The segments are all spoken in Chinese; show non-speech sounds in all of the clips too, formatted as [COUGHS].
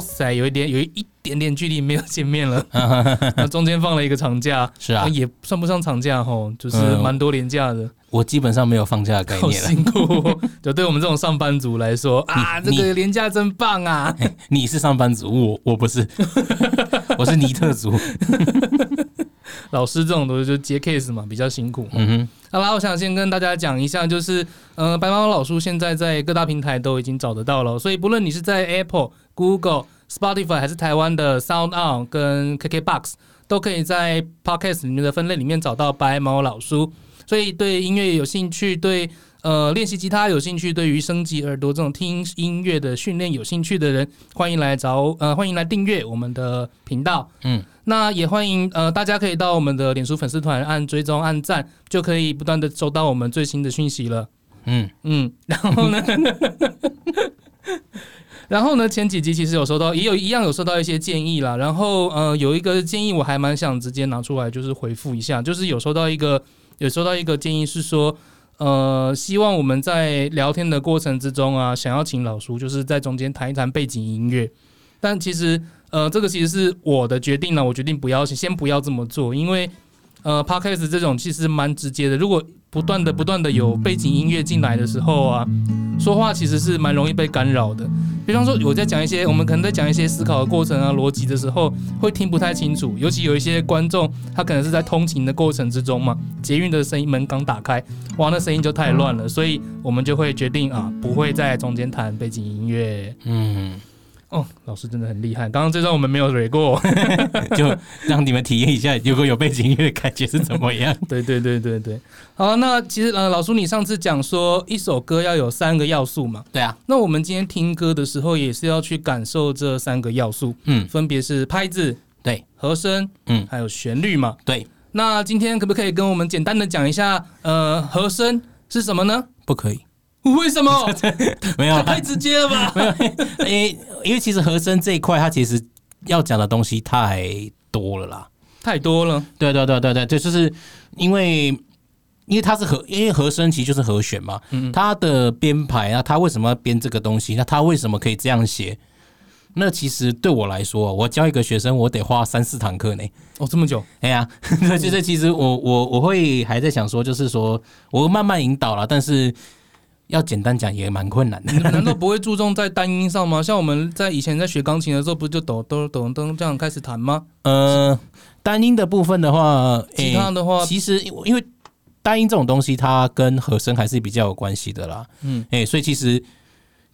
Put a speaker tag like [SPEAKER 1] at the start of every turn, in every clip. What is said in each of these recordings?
[SPEAKER 1] 塞，有一点有一点点距离没有见面
[SPEAKER 2] [LAUGHS]
[SPEAKER 1] 了，那中间放了一个长假，
[SPEAKER 2] 是啊
[SPEAKER 1] 呃也算不上长假吼，就是
[SPEAKER 2] 嗯
[SPEAKER 1] 蛮多连假的，
[SPEAKER 2] 我基本上没有放假的概
[SPEAKER 1] 好
[SPEAKER 2] 念了。
[SPEAKER 1] 辛苦
[SPEAKER 2] [LAUGHS]
[SPEAKER 1] 哦、就对我们这种上班族来说啊，这
[SPEAKER 2] 你
[SPEAKER 1] 个连假真棒
[SPEAKER 2] [LAUGHS]
[SPEAKER 1] 啊！
[SPEAKER 2] 你是上班族，我我不 [LAUGHS] 是，我是尼特族。
[SPEAKER 1] 老师这种东西就接 case 嘛，比较辛苦。
[SPEAKER 2] 嗯
[SPEAKER 1] 好啦，我想先跟大家讲一下，就是呃，白猫老叔现在在各大平台都已经找得到了，所以不论你是在 Apple、Google、Spotify 还是台湾的 Sound On 跟 KKBox，都可以在 Podcast 里面的分类里面找到白猫老叔。所以对音乐有兴趣，对呃练习吉他有兴趣，对于升级耳朵这种听音乐的训练有兴趣的人，欢迎来找呃欢迎来订阅我们的频道。
[SPEAKER 2] 哼，嗯，
[SPEAKER 1] 那也欢迎呃，大家可以到我们的脸书粉丝团按追踪、按赞，就可以不断的收到我们最新的讯息了。
[SPEAKER 2] 嗯，
[SPEAKER 1] 嗯，然后呢， [LAUGHS] 然后呢，前几集其实有收到，也有一样有收到一些建议啦。然后呃，有一个建议我还蛮想直接拿出来，就是回复一下，就是有收到一个有收到一个建议是说。呃，希望我们在聊天的过程之中啊，想要请老叔就是在中间谈一谈背景音乐，但其实呃，这个其实是我的决定了，我决定不要先不要这么做，因为呃，podcast 这种其实蛮直接的，如果不断的不断的有背景音乐进来的时候啊，说话其实是蛮容易被干扰的。比方说我在讲一些我们可能在讲一些思考的过程啊、逻辑的时候，会听不太清楚，尤其有一些观众他可能是在通勤的过程之中嘛，捷运的声音门刚打开，哇，那声音就太乱了，所以我们就会决定啊，不会在中间弹背景音乐。
[SPEAKER 2] 嗯，
[SPEAKER 1] 哦，老师真的很厉害。刚刚这段我们没有蕊过。
[SPEAKER 2] 就让你们体验一下，如果有背景音乐的感觉是怎么样。
[SPEAKER 1] 对对对对对。好，那其实呃，老叔你上次讲说一首歌要有三个要素嘛，
[SPEAKER 2] [LAUGHS] 对啊，
[SPEAKER 1] 那我们今天听歌的时候也是要去感受这三个要素，
[SPEAKER 2] 嗯，
[SPEAKER 1] 分别是拍子、
[SPEAKER 2] 对，
[SPEAKER 1] 和声，
[SPEAKER 2] 嗯，
[SPEAKER 1] 还有旋律嘛。
[SPEAKER 2] 对，
[SPEAKER 1] 那今天可不可以跟我们简单的讲一下，呃，和声是什么呢？
[SPEAKER 2] 不可以，
[SPEAKER 1] 为什么？
[SPEAKER 2] 没有 [LAUGHS]
[SPEAKER 1] 太
[SPEAKER 2] 啦
[SPEAKER 1] 太直接了吧？
[SPEAKER 2] 因为因为其实和声这一块，它其实要讲的东西太多了啦。
[SPEAKER 1] 太多了。
[SPEAKER 2] 对对对对对，这就是因为因为它是和因为和声其实就是和弦嘛，它的编排啊，它为什么要编这个东西？那它为什么可以这样写？那其实对我来说，啊我教一个学生，我得花三四堂课呢。
[SPEAKER 1] 哦，这么久，
[SPEAKER 2] 哎呀， [LAUGHS] 对，就是其实我我我会还在想说，就是说我慢慢引导啦，但是要简单讲也蛮困难的。
[SPEAKER 1] 你 [LAUGHS] 们难道不会注重在单音上吗？像我们在以前在学钢琴的时候，不就抖抖抖噔这样开始弹吗？
[SPEAKER 2] 呃，单音的部分的话，
[SPEAKER 1] 其
[SPEAKER 2] 诶
[SPEAKER 1] 他的话
[SPEAKER 2] 其实因为因为单音这种东西，它跟和声还是比较有关系的啦。
[SPEAKER 1] 嗯
[SPEAKER 2] 嗯，哎、所以其实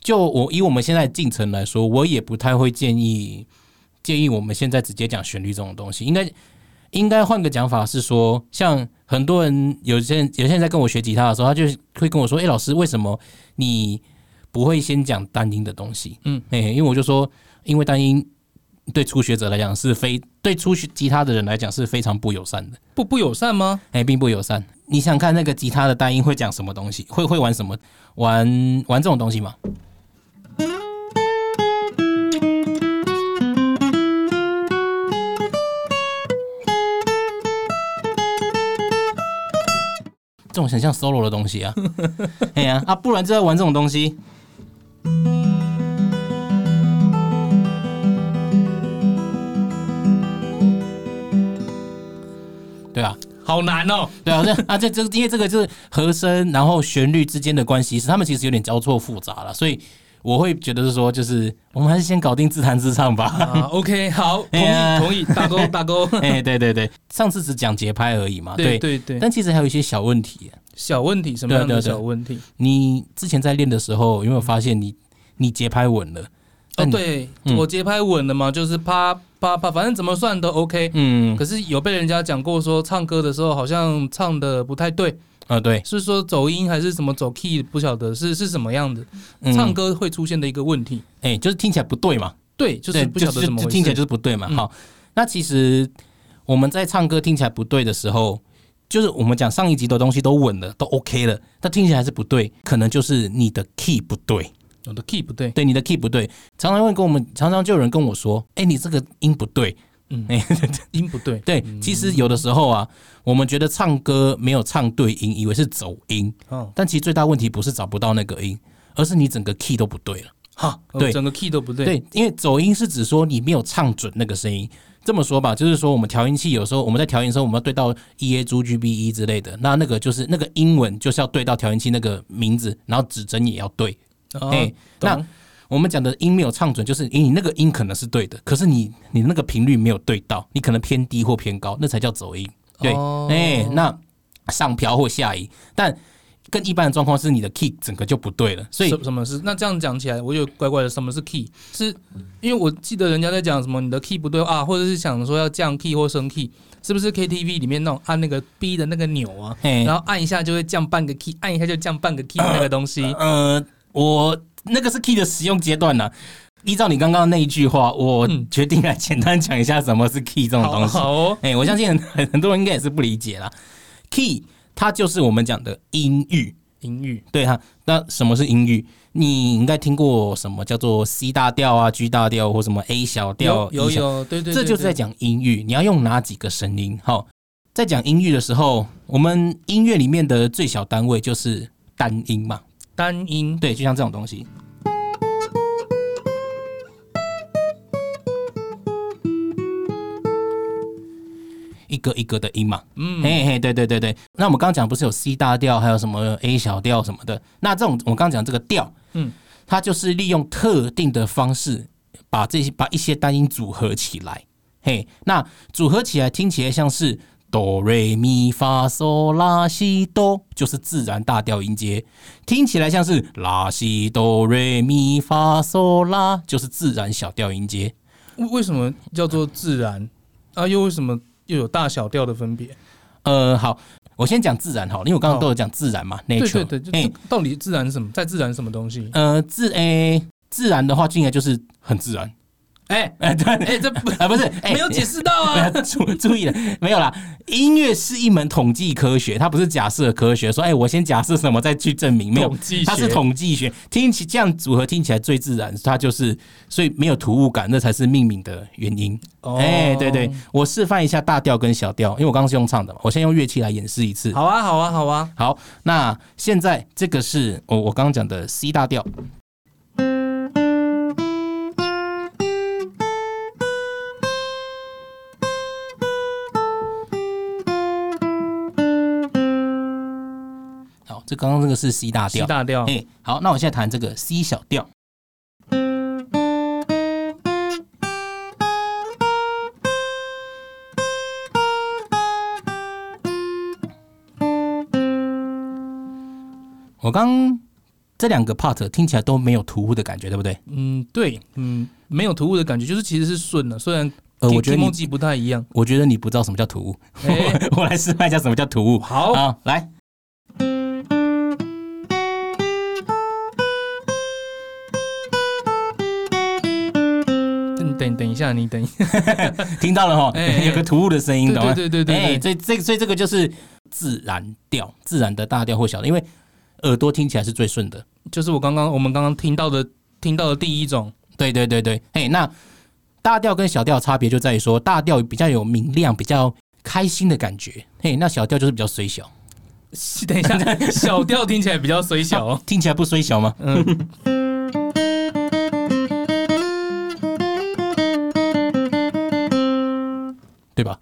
[SPEAKER 2] 就我以我们现在进程来说，我也不太会建议建议我们现在直接讲旋律这种东西，应该。应该换个讲法是说，像很多人有些人有些人在跟我学吉他的时候，他就会跟我说：“哎、老师，为什么你不会先讲单音的东西？”
[SPEAKER 1] 嗯
[SPEAKER 2] 嗯，哎、因为我就说，因为单音对初学者来讲是非对初学吉他的人来讲是非常不友善的，
[SPEAKER 1] 不不友善吗？
[SPEAKER 2] 哎、并不友善。你想看那个吉他的单音会讲什么东西？会会玩什么？玩玩这种东西吗？这种很像 solo 的东西啊， [LAUGHS] 哎呀啊，不然就在玩这种东西。对啊，
[SPEAKER 1] 好难哦。
[SPEAKER 2] 对啊，这啊这这，因为这个就是和声，然后旋律之间的关系是，他们其实有点交错复杂了，所以我会觉得是说，就是我们还是先搞定自弹自唱吧。 [LAUGHS]
[SPEAKER 1] 啊，OK，好，同
[SPEAKER 2] 哎
[SPEAKER 1] 意
[SPEAKER 2] 呀
[SPEAKER 1] 同意，打勾打勾。
[SPEAKER 2] 哎、对对对，上次只讲节拍而已嘛，
[SPEAKER 1] 对对对，
[SPEAKER 2] 但其实还有一些小问题，
[SPEAKER 1] 小问题什么样
[SPEAKER 2] 对
[SPEAKER 1] 的
[SPEAKER 2] 对对
[SPEAKER 1] 小问题？
[SPEAKER 2] 你之前在练的时候有没有发现你你节拍稳了？
[SPEAKER 1] 哦，
[SPEAKER 2] 但你，
[SPEAKER 1] 对
[SPEAKER 2] 嗯
[SPEAKER 1] 我节拍稳了嘛，就是啪啪啪，反正怎么算都 OK。
[SPEAKER 2] 嗯，
[SPEAKER 1] 可是有被人家讲过说，唱歌的时候好像唱的不太对，
[SPEAKER 2] 啊对，
[SPEAKER 1] 是说走音还是什么走 key，不晓得是是什么样的，
[SPEAKER 2] 嗯
[SPEAKER 1] 唱歌会出现的一个问题。
[SPEAKER 2] 哎、就是听起来不对嘛，
[SPEAKER 1] 对，就是
[SPEAKER 2] 对
[SPEAKER 1] 不晓
[SPEAKER 2] 就
[SPEAKER 1] 得怎么
[SPEAKER 2] 就
[SPEAKER 1] 回
[SPEAKER 2] 听起来
[SPEAKER 1] 事。
[SPEAKER 2] 就是不对嘛。
[SPEAKER 1] 嗯
[SPEAKER 2] 好，那其实我们在唱歌听起来不对的时候，就是我们讲上一集的东西都稳了，都 OK 了，但听起来还是不对，可能就是你的 key 不对，
[SPEAKER 1] 我的哦 key 不对，
[SPEAKER 2] 对，你的 key 不对。常常会跟我们，常常就有人跟我说，哎、你这个音不对。
[SPEAKER 1] 嗯
[SPEAKER 2] [LAUGHS] 哎，
[SPEAKER 1] 音不对。
[SPEAKER 2] 对，其实有的时候啊，我们觉得唱歌没有唱对音，以为是走音，
[SPEAKER 1] 哦，
[SPEAKER 2] 但其实最大问题不是找不到那个音，而是你整个 key 都不对了。
[SPEAKER 1] 哈，呃
[SPEAKER 2] 对
[SPEAKER 1] 整个 key 都不对，
[SPEAKER 2] 对，因为走音是指说你没有唱准那个声音。这么说吧，就是说我们调音器有时候我们在调音的时候，我们要对到 E A 珠 G B E 之类的，那那个就是那个英文就是要对到调音器那个名字，然后指针也要对。
[SPEAKER 1] 哦，
[SPEAKER 2] 哎、那
[SPEAKER 1] 懂
[SPEAKER 2] 我们讲的音没有唱准，就是你那个音可能是对的，可是你你那个频率没有对到，你可能偏低或偏高，那才叫走音。对，哎、
[SPEAKER 1] 哦
[SPEAKER 2] 那上飘或下移，但更一般的状况是你的 key 整个就不对了，所以
[SPEAKER 1] 什什么是？那这样讲起来，我就怪怪的。什么是 key？是因为我记得人家在讲什么你的 key 不对啊，或者是想说要降 key 或升 key，是不是 KTV 里面那种按那个 B 的那个钮啊，
[SPEAKER 2] 嘿
[SPEAKER 1] 然后按一下就会降半个 key，按一下就降半个 key 的那个东
[SPEAKER 2] [COUGHS]
[SPEAKER 1] 西？
[SPEAKER 2] 呃，我那个是 key 的使用阶段呢、依照你刚刚那一句话，我
[SPEAKER 1] 嗯
[SPEAKER 2] 决定来简单讲一下什么是 key 这种
[SPEAKER 1] 好
[SPEAKER 2] 东西。
[SPEAKER 1] 好哦，
[SPEAKER 2] 哎、我相信很很多人应该也是不理解啦。key 它就是我们讲的音域，
[SPEAKER 1] 音域
[SPEAKER 2] 对哈。那什么是音域？你应该听过什么叫做 C 大调啊、G 大调或什么 A 小
[SPEAKER 1] 有
[SPEAKER 2] 调、E
[SPEAKER 1] 有
[SPEAKER 2] 小
[SPEAKER 1] 有，对对，
[SPEAKER 2] 这
[SPEAKER 1] 对
[SPEAKER 2] 就是在
[SPEAKER 1] 对
[SPEAKER 2] 讲音域，你要用哪几个声音？好，在讲音域的时候，我们音乐里面的最小单位就是单音嘛。
[SPEAKER 1] 单音
[SPEAKER 2] 对，就像这种东西。一个一个的音嘛，嗯，嘿嘿，对对对对。那我们刚刚讲不是有 C 大调，还有什么 A 小调什么的？那这种我刚刚讲这个调，
[SPEAKER 1] 嗯，
[SPEAKER 2] 它就是利用特定的方式把这些把一些单音组合起来，嘿，那组合起来听起来像是哆瑞咪发嗦拉西哆，就是自然大调音阶。听起来像是拉西哆瑞咪发嗦拉，就是自然小调音阶。
[SPEAKER 1] 为为什么叫做自然啊？又为什么又有大小调的分别？
[SPEAKER 2] 呃，好，我先讲自然好了，因为我刚刚都有讲自然嘛
[SPEAKER 1] 对
[SPEAKER 2] ，nature。
[SPEAKER 1] 对对，就
[SPEAKER 2] 哎、
[SPEAKER 1] 就到底自然是什么？在自然是什么东西？
[SPEAKER 2] 呃，自诶、自然的话，应该就是很自然。 [LAUGHS]
[SPEAKER 1] 哎
[SPEAKER 2] 哎、对， [LAUGHS]
[SPEAKER 1] 哎，这不
[SPEAKER 2] 啊、不是，哎
[SPEAKER 1] 没有
[SPEAKER 2] [LAUGHS]
[SPEAKER 1] 解释到啊。
[SPEAKER 2] 注注意了，没有啦。音乐是一门统计科学，它不是假设科学。说，哎、我先假设什么，再去证明，没有
[SPEAKER 1] 统计学
[SPEAKER 2] 它是统计学。听起这样组合听起来最自然，它就是所以没有突兀感，那才是命名的原因。
[SPEAKER 1] 哦
[SPEAKER 2] 哎、对对，我示范一下大调跟小调，因为我刚刚是用唱的嘛，我先用乐器来演示一次。
[SPEAKER 1] 好啊，好啊，好啊，
[SPEAKER 2] 好，那现在这个是我我刚刚讲的 C 大调，好，这刚刚这个是 C 大
[SPEAKER 1] 西
[SPEAKER 2] 调，
[SPEAKER 1] 大调
[SPEAKER 2] 哎、，好，那我现在弹这个 C 小调。我刚这两个 part 听起来都没有突兀的感觉，对不对？
[SPEAKER 1] 嗯，对，嗯，没有突兀的感觉，就是其实是顺的，虽然
[SPEAKER 2] 呃，我觉得你
[SPEAKER 1] 梦，记不太一
[SPEAKER 2] [LAUGHS]
[SPEAKER 1] 样。
[SPEAKER 2] 我觉得你不知道什么叫突兀， [LAUGHS]
[SPEAKER 1] 哎，
[SPEAKER 2] 我来示范一下什么叫突兀。
[SPEAKER 1] 好，
[SPEAKER 2] 啊，来。
[SPEAKER 1] 等等等一下，你等一下，
[SPEAKER 2] 听到了哈，
[SPEAKER 1] 哎哎
[SPEAKER 2] 有个突兀的声音，
[SPEAKER 1] 对
[SPEAKER 2] 懂吗？
[SPEAKER 1] 对对对对
[SPEAKER 2] 哎，
[SPEAKER 1] 对
[SPEAKER 2] 这这所以这个就是自然调，自然的大调或小调，因为耳朵听起来是最顺的。
[SPEAKER 1] 就是我刚刚我们刚刚听到的听到的第一种，
[SPEAKER 2] 对对对对，哎，那大调跟小调的差别就在于说，大调比较有明亮，比较开心的感觉，嘿，那小调就是比较虽小，
[SPEAKER 1] 等一下，小调听起来比较虽小
[SPEAKER 2] [LAUGHS]
[SPEAKER 1] 哦，
[SPEAKER 2] 听起来不虽小吗？
[SPEAKER 1] 嗯，
[SPEAKER 2] 对吧？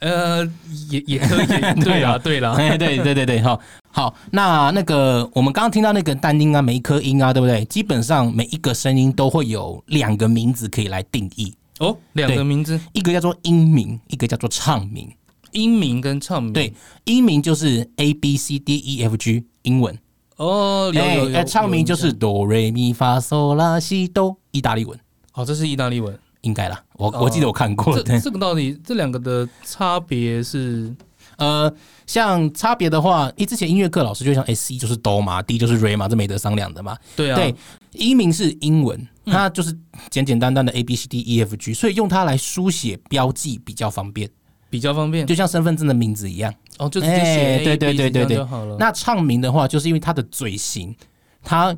[SPEAKER 1] 呃，也也
[SPEAKER 2] [LAUGHS]
[SPEAKER 1] 可以，对啦，对啦，
[SPEAKER 2] 啊哎，对对对对，好，好，那那个我们刚刚听到那个单音啊，每一颗音啊，对不对？基本上每一个声音都会有两个名字可以来定义，
[SPEAKER 1] 哦，两个
[SPEAKER 2] 对
[SPEAKER 1] 名字，
[SPEAKER 2] 一个叫做音名，一个叫做唱名。
[SPEAKER 1] 音名跟唱名，，
[SPEAKER 2] 对，音名就是 A B C D E F G 英文，
[SPEAKER 1] 哦，有
[SPEAKER 2] 哎
[SPEAKER 1] 有有
[SPEAKER 2] 哎，唱名就，
[SPEAKER 1] 有
[SPEAKER 2] 是哆瑞咪发嗦啦西哆，意大利文
[SPEAKER 1] 哦，这是意大利文，
[SPEAKER 2] 应该啦，我、
[SPEAKER 1] 哦
[SPEAKER 2] 我记得我看过
[SPEAKER 1] 这
[SPEAKER 2] 对，
[SPEAKER 1] 这个到底这两个的差别是
[SPEAKER 2] 呃，像差别的话，因为之前音乐课老师就像 S C 就是哆嘛，D 就是 re 嘛，这没得商量的嘛。
[SPEAKER 1] 对啊，嗯
[SPEAKER 2] 对，音名是英文，它就是简简单单的 A B C D E F G，所以用它来书写标记比较方便，
[SPEAKER 1] 比较方便，
[SPEAKER 2] 就像身份证的名字一样。
[SPEAKER 1] 哦，就直接写
[SPEAKER 2] 哎
[SPEAKER 1] A,
[SPEAKER 2] 对对
[SPEAKER 1] B,
[SPEAKER 2] 对对
[SPEAKER 1] C 这
[SPEAKER 2] 对
[SPEAKER 1] 样就好了。
[SPEAKER 2] 那唱名的话，就是因为它的嘴型，它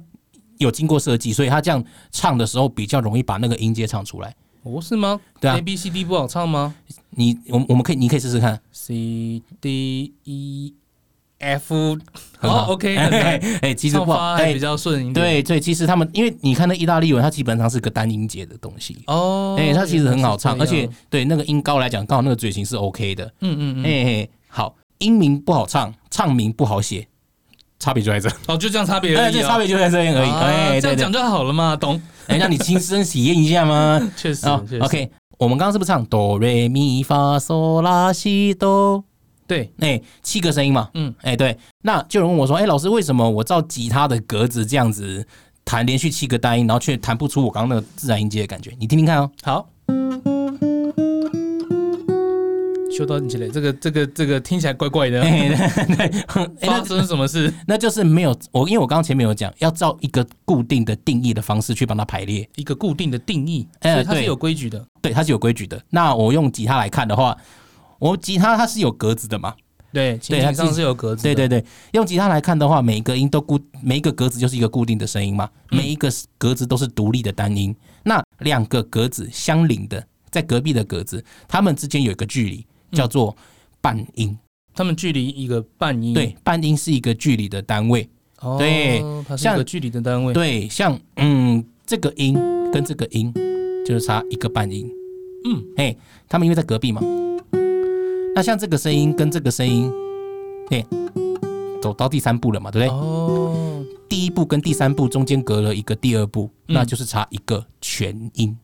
[SPEAKER 2] 有经过设计，所以它这样唱的时候比较容易把那个音阶唱出来。
[SPEAKER 1] 哦，是吗？
[SPEAKER 2] 对啊
[SPEAKER 1] a B C D 不好唱吗哦
[SPEAKER 2] 你我我们可以，你可以试试看。
[SPEAKER 1] ？C D E
[SPEAKER 2] F 很
[SPEAKER 1] 哦
[SPEAKER 2] 好。
[SPEAKER 1] ，OK，
[SPEAKER 2] 哎
[SPEAKER 1] 很难
[SPEAKER 2] 哎哎，其实
[SPEAKER 1] 唱
[SPEAKER 2] 不好，
[SPEAKER 1] 发还
[SPEAKER 2] 哎
[SPEAKER 1] 比，较顺一点。
[SPEAKER 2] 对对，其实他们因为你看那意大利文，它基本上是个单音节的东西，
[SPEAKER 1] 哦，
[SPEAKER 2] 哎，它其实很好唱，
[SPEAKER 1] 原来
[SPEAKER 2] 而
[SPEAKER 1] 是这样
[SPEAKER 2] 且对那个音高来讲，刚好那个嘴型是 OK 的，
[SPEAKER 1] 嗯嗯嗯，
[SPEAKER 2] 哎哎，好，音名不好唱，唱名不好写，差别就在这，
[SPEAKER 1] 哦，就这样差别而
[SPEAKER 2] 哎，
[SPEAKER 1] 已
[SPEAKER 2] 这
[SPEAKER 1] 啊，
[SPEAKER 2] 差别就在这边而已，
[SPEAKER 1] 啊
[SPEAKER 2] 哎，
[SPEAKER 1] 这
[SPEAKER 2] 对
[SPEAKER 1] 样讲，
[SPEAKER 2] 对
[SPEAKER 1] 就好了嘛，懂？
[SPEAKER 2] 哎，让你亲身体验一下嘛，
[SPEAKER 1] [LAUGHS] 确实
[SPEAKER 2] 啊
[SPEAKER 1] 确实
[SPEAKER 2] ，OK，我们刚刚是不是唱哆瑞咪发嗦拉西哆？
[SPEAKER 1] 对，
[SPEAKER 2] 哎、七个声音嘛，
[SPEAKER 1] 嗯
[SPEAKER 2] 嗯，哎、对，那就有人问我说，哎、老师，为什么我照吉他的格子这样子弹连续七个单音，然后却弹不出我刚刚那个自然音阶的感觉？你听
[SPEAKER 1] [LAUGHS]
[SPEAKER 2] 听看哦，
[SPEAKER 1] 好。修到你起来，这个这个这个听起来怪怪的，
[SPEAKER 2] 哎、对对， [LAUGHS] 哎
[SPEAKER 1] 发
[SPEAKER 2] 那
[SPEAKER 1] 生什么事？
[SPEAKER 2] 那就是没有我，因为我刚刚前面有讲，要照一个固定的定义的方式去帮它排列，
[SPEAKER 1] 一个固定的定义，
[SPEAKER 2] 哎
[SPEAKER 1] 所以它是
[SPEAKER 2] 对
[SPEAKER 1] 有规矩的。
[SPEAKER 2] 对，它是有规矩的。那我用吉他来看的话，我吉他它是有格子的嘛，
[SPEAKER 1] 对，琴
[SPEAKER 2] 它
[SPEAKER 1] 颈上
[SPEAKER 2] 是
[SPEAKER 1] 是有格子的。
[SPEAKER 2] 对对对，用吉他来看的话，每一个音都固，每一个格子就是一个固定的声音嘛，
[SPEAKER 1] 嗯
[SPEAKER 2] 每一个格子都是独立的单音。那两个格子相邻的，在隔壁的格子，它们之间有一个距离，
[SPEAKER 1] 嗯
[SPEAKER 2] 叫做半音。
[SPEAKER 1] 他们距离一个半音，
[SPEAKER 2] 对，半音是一个距离的单位。
[SPEAKER 1] 哦，
[SPEAKER 2] 对，
[SPEAKER 1] 它是一
[SPEAKER 2] 像
[SPEAKER 1] 个距离的单位。
[SPEAKER 2] 对，像嗯，这个音跟这个音就是差一个半音。
[SPEAKER 1] 嗯，
[SPEAKER 2] 哎，他们因为在隔壁嘛。那像这个声音跟这个声音，哎，走到第三步了嘛，对不对？
[SPEAKER 1] 哦，
[SPEAKER 2] 第一步跟第三步中间隔了一个第二步，
[SPEAKER 1] 嗯
[SPEAKER 2] 那就是差一个全音。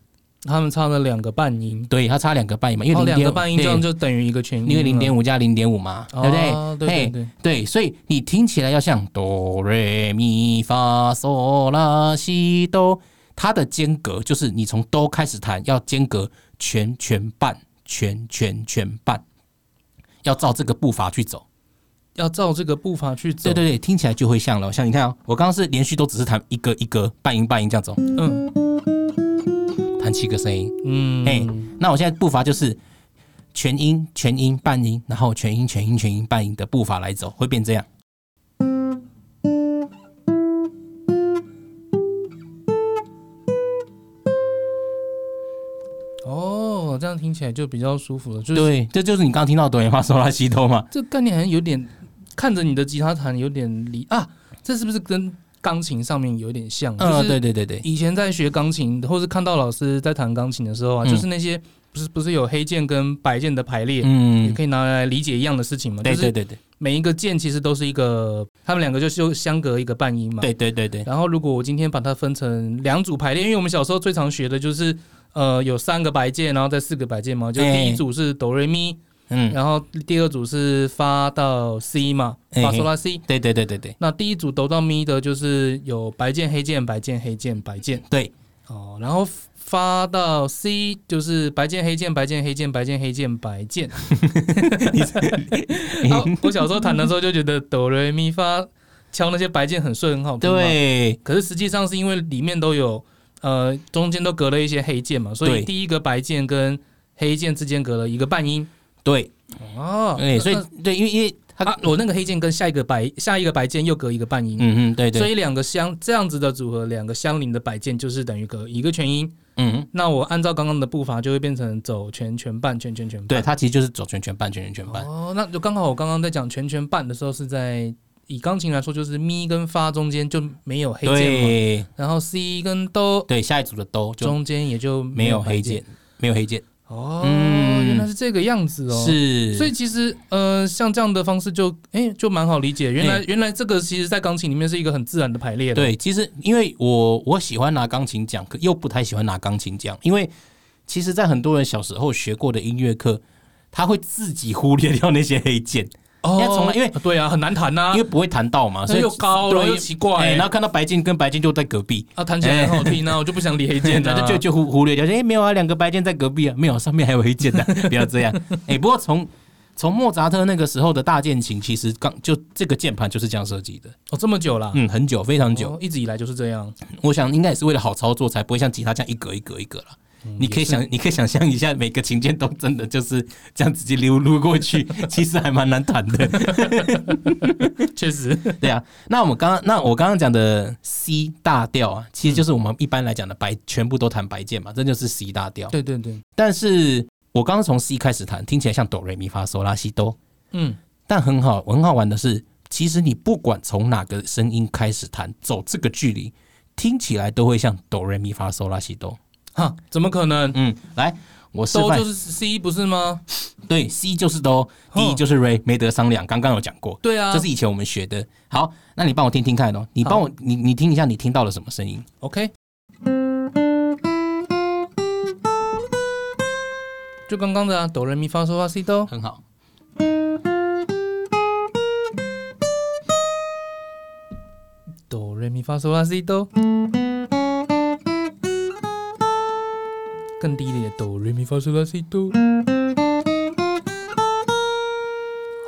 [SPEAKER 1] 他们差了两个半音，
[SPEAKER 2] 对，它差两个半音嘛，因为
[SPEAKER 1] 哦，
[SPEAKER 2] 零点
[SPEAKER 1] 两个半音这样就等于一个全音了，
[SPEAKER 2] 因为零点五加零点五嘛，对不对？
[SPEAKER 1] 哦对对
[SPEAKER 2] 嘿
[SPEAKER 1] 对，
[SPEAKER 2] 对，所以你听起来要像哆瑞咪发嗦拉西哆，它的间隔就是你从哆开始弹，要间隔全全半全全全半，要照这个步伐去走。
[SPEAKER 1] 要照这个步伐去走。
[SPEAKER 2] 对对对，听起来就会像了。像你看、哦，我刚刚是连续都只是弹一个一个半音半音这样走，
[SPEAKER 1] 嗯
[SPEAKER 2] 弹七个声音。
[SPEAKER 1] 嗯，
[SPEAKER 2] 哎那我现在步伐就是全音、全音、半音，然后全音、全音、全音、半音的步伐来走，会变这样。
[SPEAKER 1] 哦，这样听起来就比较舒服了。就是
[SPEAKER 2] 对，这就是你刚刚听到哆来咪发嗦拉西哆嘛。
[SPEAKER 1] 这概念好像有点看着你的吉他弹有点离啊，这是不是跟钢琴上面有点像？
[SPEAKER 2] 嗯、
[SPEAKER 1] 就是
[SPEAKER 2] [LAUGHS] 对对对对，
[SPEAKER 1] 以前在学钢琴，或是看到老师在弹钢琴的时候啊，
[SPEAKER 2] 嗯
[SPEAKER 1] 就是那些不是不是有黑键跟白键的排列，也
[SPEAKER 2] 嗯，
[SPEAKER 1] 可以拿来理解一样的事情嘛。
[SPEAKER 2] 对对
[SPEAKER 1] 就是
[SPEAKER 2] 对对
[SPEAKER 1] 每一个键其实都是一个，他们两个就是相隔一个半音嘛。。
[SPEAKER 2] 对对对对，
[SPEAKER 1] 然后如果我今天把它分成两组排列，因为我们小时候最常学的就是。呃，有三个白键，然后再四个白键嘛，就第一
[SPEAKER 2] 哎
[SPEAKER 1] 组是哆瑞咪，
[SPEAKER 2] 嗯，
[SPEAKER 1] 然后第二组是发到 C 嘛，
[SPEAKER 2] 哎
[SPEAKER 1] 发嗦拉 C。
[SPEAKER 2] 对对对对对
[SPEAKER 1] 那第一组哆到咪的，就是有白键、黑键、白键、黑键、白键
[SPEAKER 2] 对，
[SPEAKER 1] 哦，然后发到 C 就是白键、黑键、白键、黑键、白键、黑键、白键。
[SPEAKER 2] [LAUGHS]
[SPEAKER 1] [LAUGHS] 啊我小时候弹的时候就觉得哆来咪发敲那些白键很顺，很好听嘛。
[SPEAKER 2] 对
[SPEAKER 1] 可是实际上是因为里面都有呃中间都隔了一些黑键嘛，所以
[SPEAKER 2] 对
[SPEAKER 1] 第一个白键跟黑键之间隔了一个半音
[SPEAKER 2] 对，
[SPEAKER 1] 哦。
[SPEAKER 2] 哎，所以
[SPEAKER 1] 那
[SPEAKER 2] 对，因为因为它，
[SPEAKER 1] 啊，我那个黑键跟下一个白下一个白键又隔一个半音，
[SPEAKER 2] 嗯嗯，对
[SPEAKER 1] 所
[SPEAKER 2] 对，
[SPEAKER 1] 以两个相这样子的组合，两个相邻的白键就是等于隔一个全音。
[SPEAKER 2] 嗯，
[SPEAKER 1] 那我按照刚刚的步伐，就会变成走全全半全全全
[SPEAKER 2] 对，
[SPEAKER 1] 半。
[SPEAKER 2] 它其实就是走圈圈半圈圈圈半，
[SPEAKER 1] 啊哦，那就刚好我刚刚在讲全全半的时候，是在以钢琴来说，就是咪跟发中间就没有黑键嘛，
[SPEAKER 2] 对
[SPEAKER 1] 然后 C 跟哆
[SPEAKER 2] 对，下一组的哆就
[SPEAKER 1] 中间也就
[SPEAKER 2] 没有
[SPEAKER 1] 白
[SPEAKER 2] 黑键。，没有黑键，
[SPEAKER 1] 哦，
[SPEAKER 2] 嗯
[SPEAKER 1] 原来是这个样子哦。。
[SPEAKER 2] 是，
[SPEAKER 1] 所以其实，呃，像这样的方式就，哎、就蛮好理解。原来，原来这个其实，在钢琴里面是一个很自然的排列的。，
[SPEAKER 2] 对，其实因为我我喜欢拿钢琴讲，可又不太喜欢拿钢琴讲，因为其实，在很多人小时候学过的音乐课，他会自己忽略掉那些黑键，
[SPEAKER 1] 哦
[SPEAKER 2] 因为从来因为
[SPEAKER 1] 对啊，很难弹呐、
[SPEAKER 2] 因为不会弹到嘛，所以
[SPEAKER 1] 又高然后
[SPEAKER 2] 对
[SPEAKER 1] 又奇怪、
[SPEAKER 2] 哎然后看到白键跟白键就在隔壁，
[SPEAKER 1] 啊，弹起来很好听啊，我就不想理黑键
[SPEAKER 2] [LAUGHS] 那
[SPEAKER 1] 啊，
[SPEAKER 2] 就就就忽忽略掉，哎、没有啊，两个白键在隔壁啊，没有，上面还有
[SPEAKER 1] [LAUGHS]
[SPEAKER 2] 黑键的、不要这样。哎、不过从从莫扎特那个时候的大键琴，其实刚就这个键盘就是这样设计的，
[SPEAKER 1] 哦这么久了，
[SPEAKER 2] 嗯，很久，非常久。
[SPEAKER 1] 哦一直以来就是这样。
[SPEAKER 2] 我想应该也是为了好操作，才不会像吉他这样一格一格一格了。
[SPEAKER 1] 嗯
[SPEAKER 2] 你可以想，你可以想象一下，每个琴键都真的就是这样直接溜撸过
[SPEAKER 1] [LAUGHS]
[SPEAKER 2] 去，其实还蛮难弹的。
[SPEAKER 1] 确
[SPEAKER 2] [LAUGHS]
[SPEAKER 1] 实，
[SPEAKER 2] 对啊，那我们刚刚，那我刚刚讲的 C 大调啊，其实就是我们一般来讲的白，全部都弹白键嘛，这就是 C 大调。
[SPEAKER 1] 对对对，
[SPEAKER 2] 但是我刚刚从 C 开始弹，听起来像哆瑞咪发嗦拉西哆，
[SPEAKER 1] 嗯，
[SPEAKER 2] 但很好，很好玩的是，其实你不管从哪个声音开始弹，走这个距离，听起来都会像哆瑞咪发嗦拉西哆。
[SPEAKER 1] 哈，怎么可能？
[SPEAKER 2] 嗯，来，我示
[SPEAKER 1] 都
[SPEAKER 2] 范
[SPEAKER 1] 就，是哦 C 不是吗？
[SPEAKER 2] 对，C 就是哆，D
[SPEAKER 1] 哼
[SPEAKER 2] 就是 re，没得商量。刚刚有讲过，
[SPEAKER 1] 对啊，
[SPEAKER 2] 这是以前我们学的。好，那你帮我听听看哦，你帮我，你你听一下，你听到了什么声音？
[SPEAKER 1] OK。就刚刚的啊，哆来咪发嗦拉西哆，
[SPEAKER 2] 很好。
[SPEAKER 1] 哆来咪发嗦拉西哆，更低一点，哆来咪发嗦拉西哆，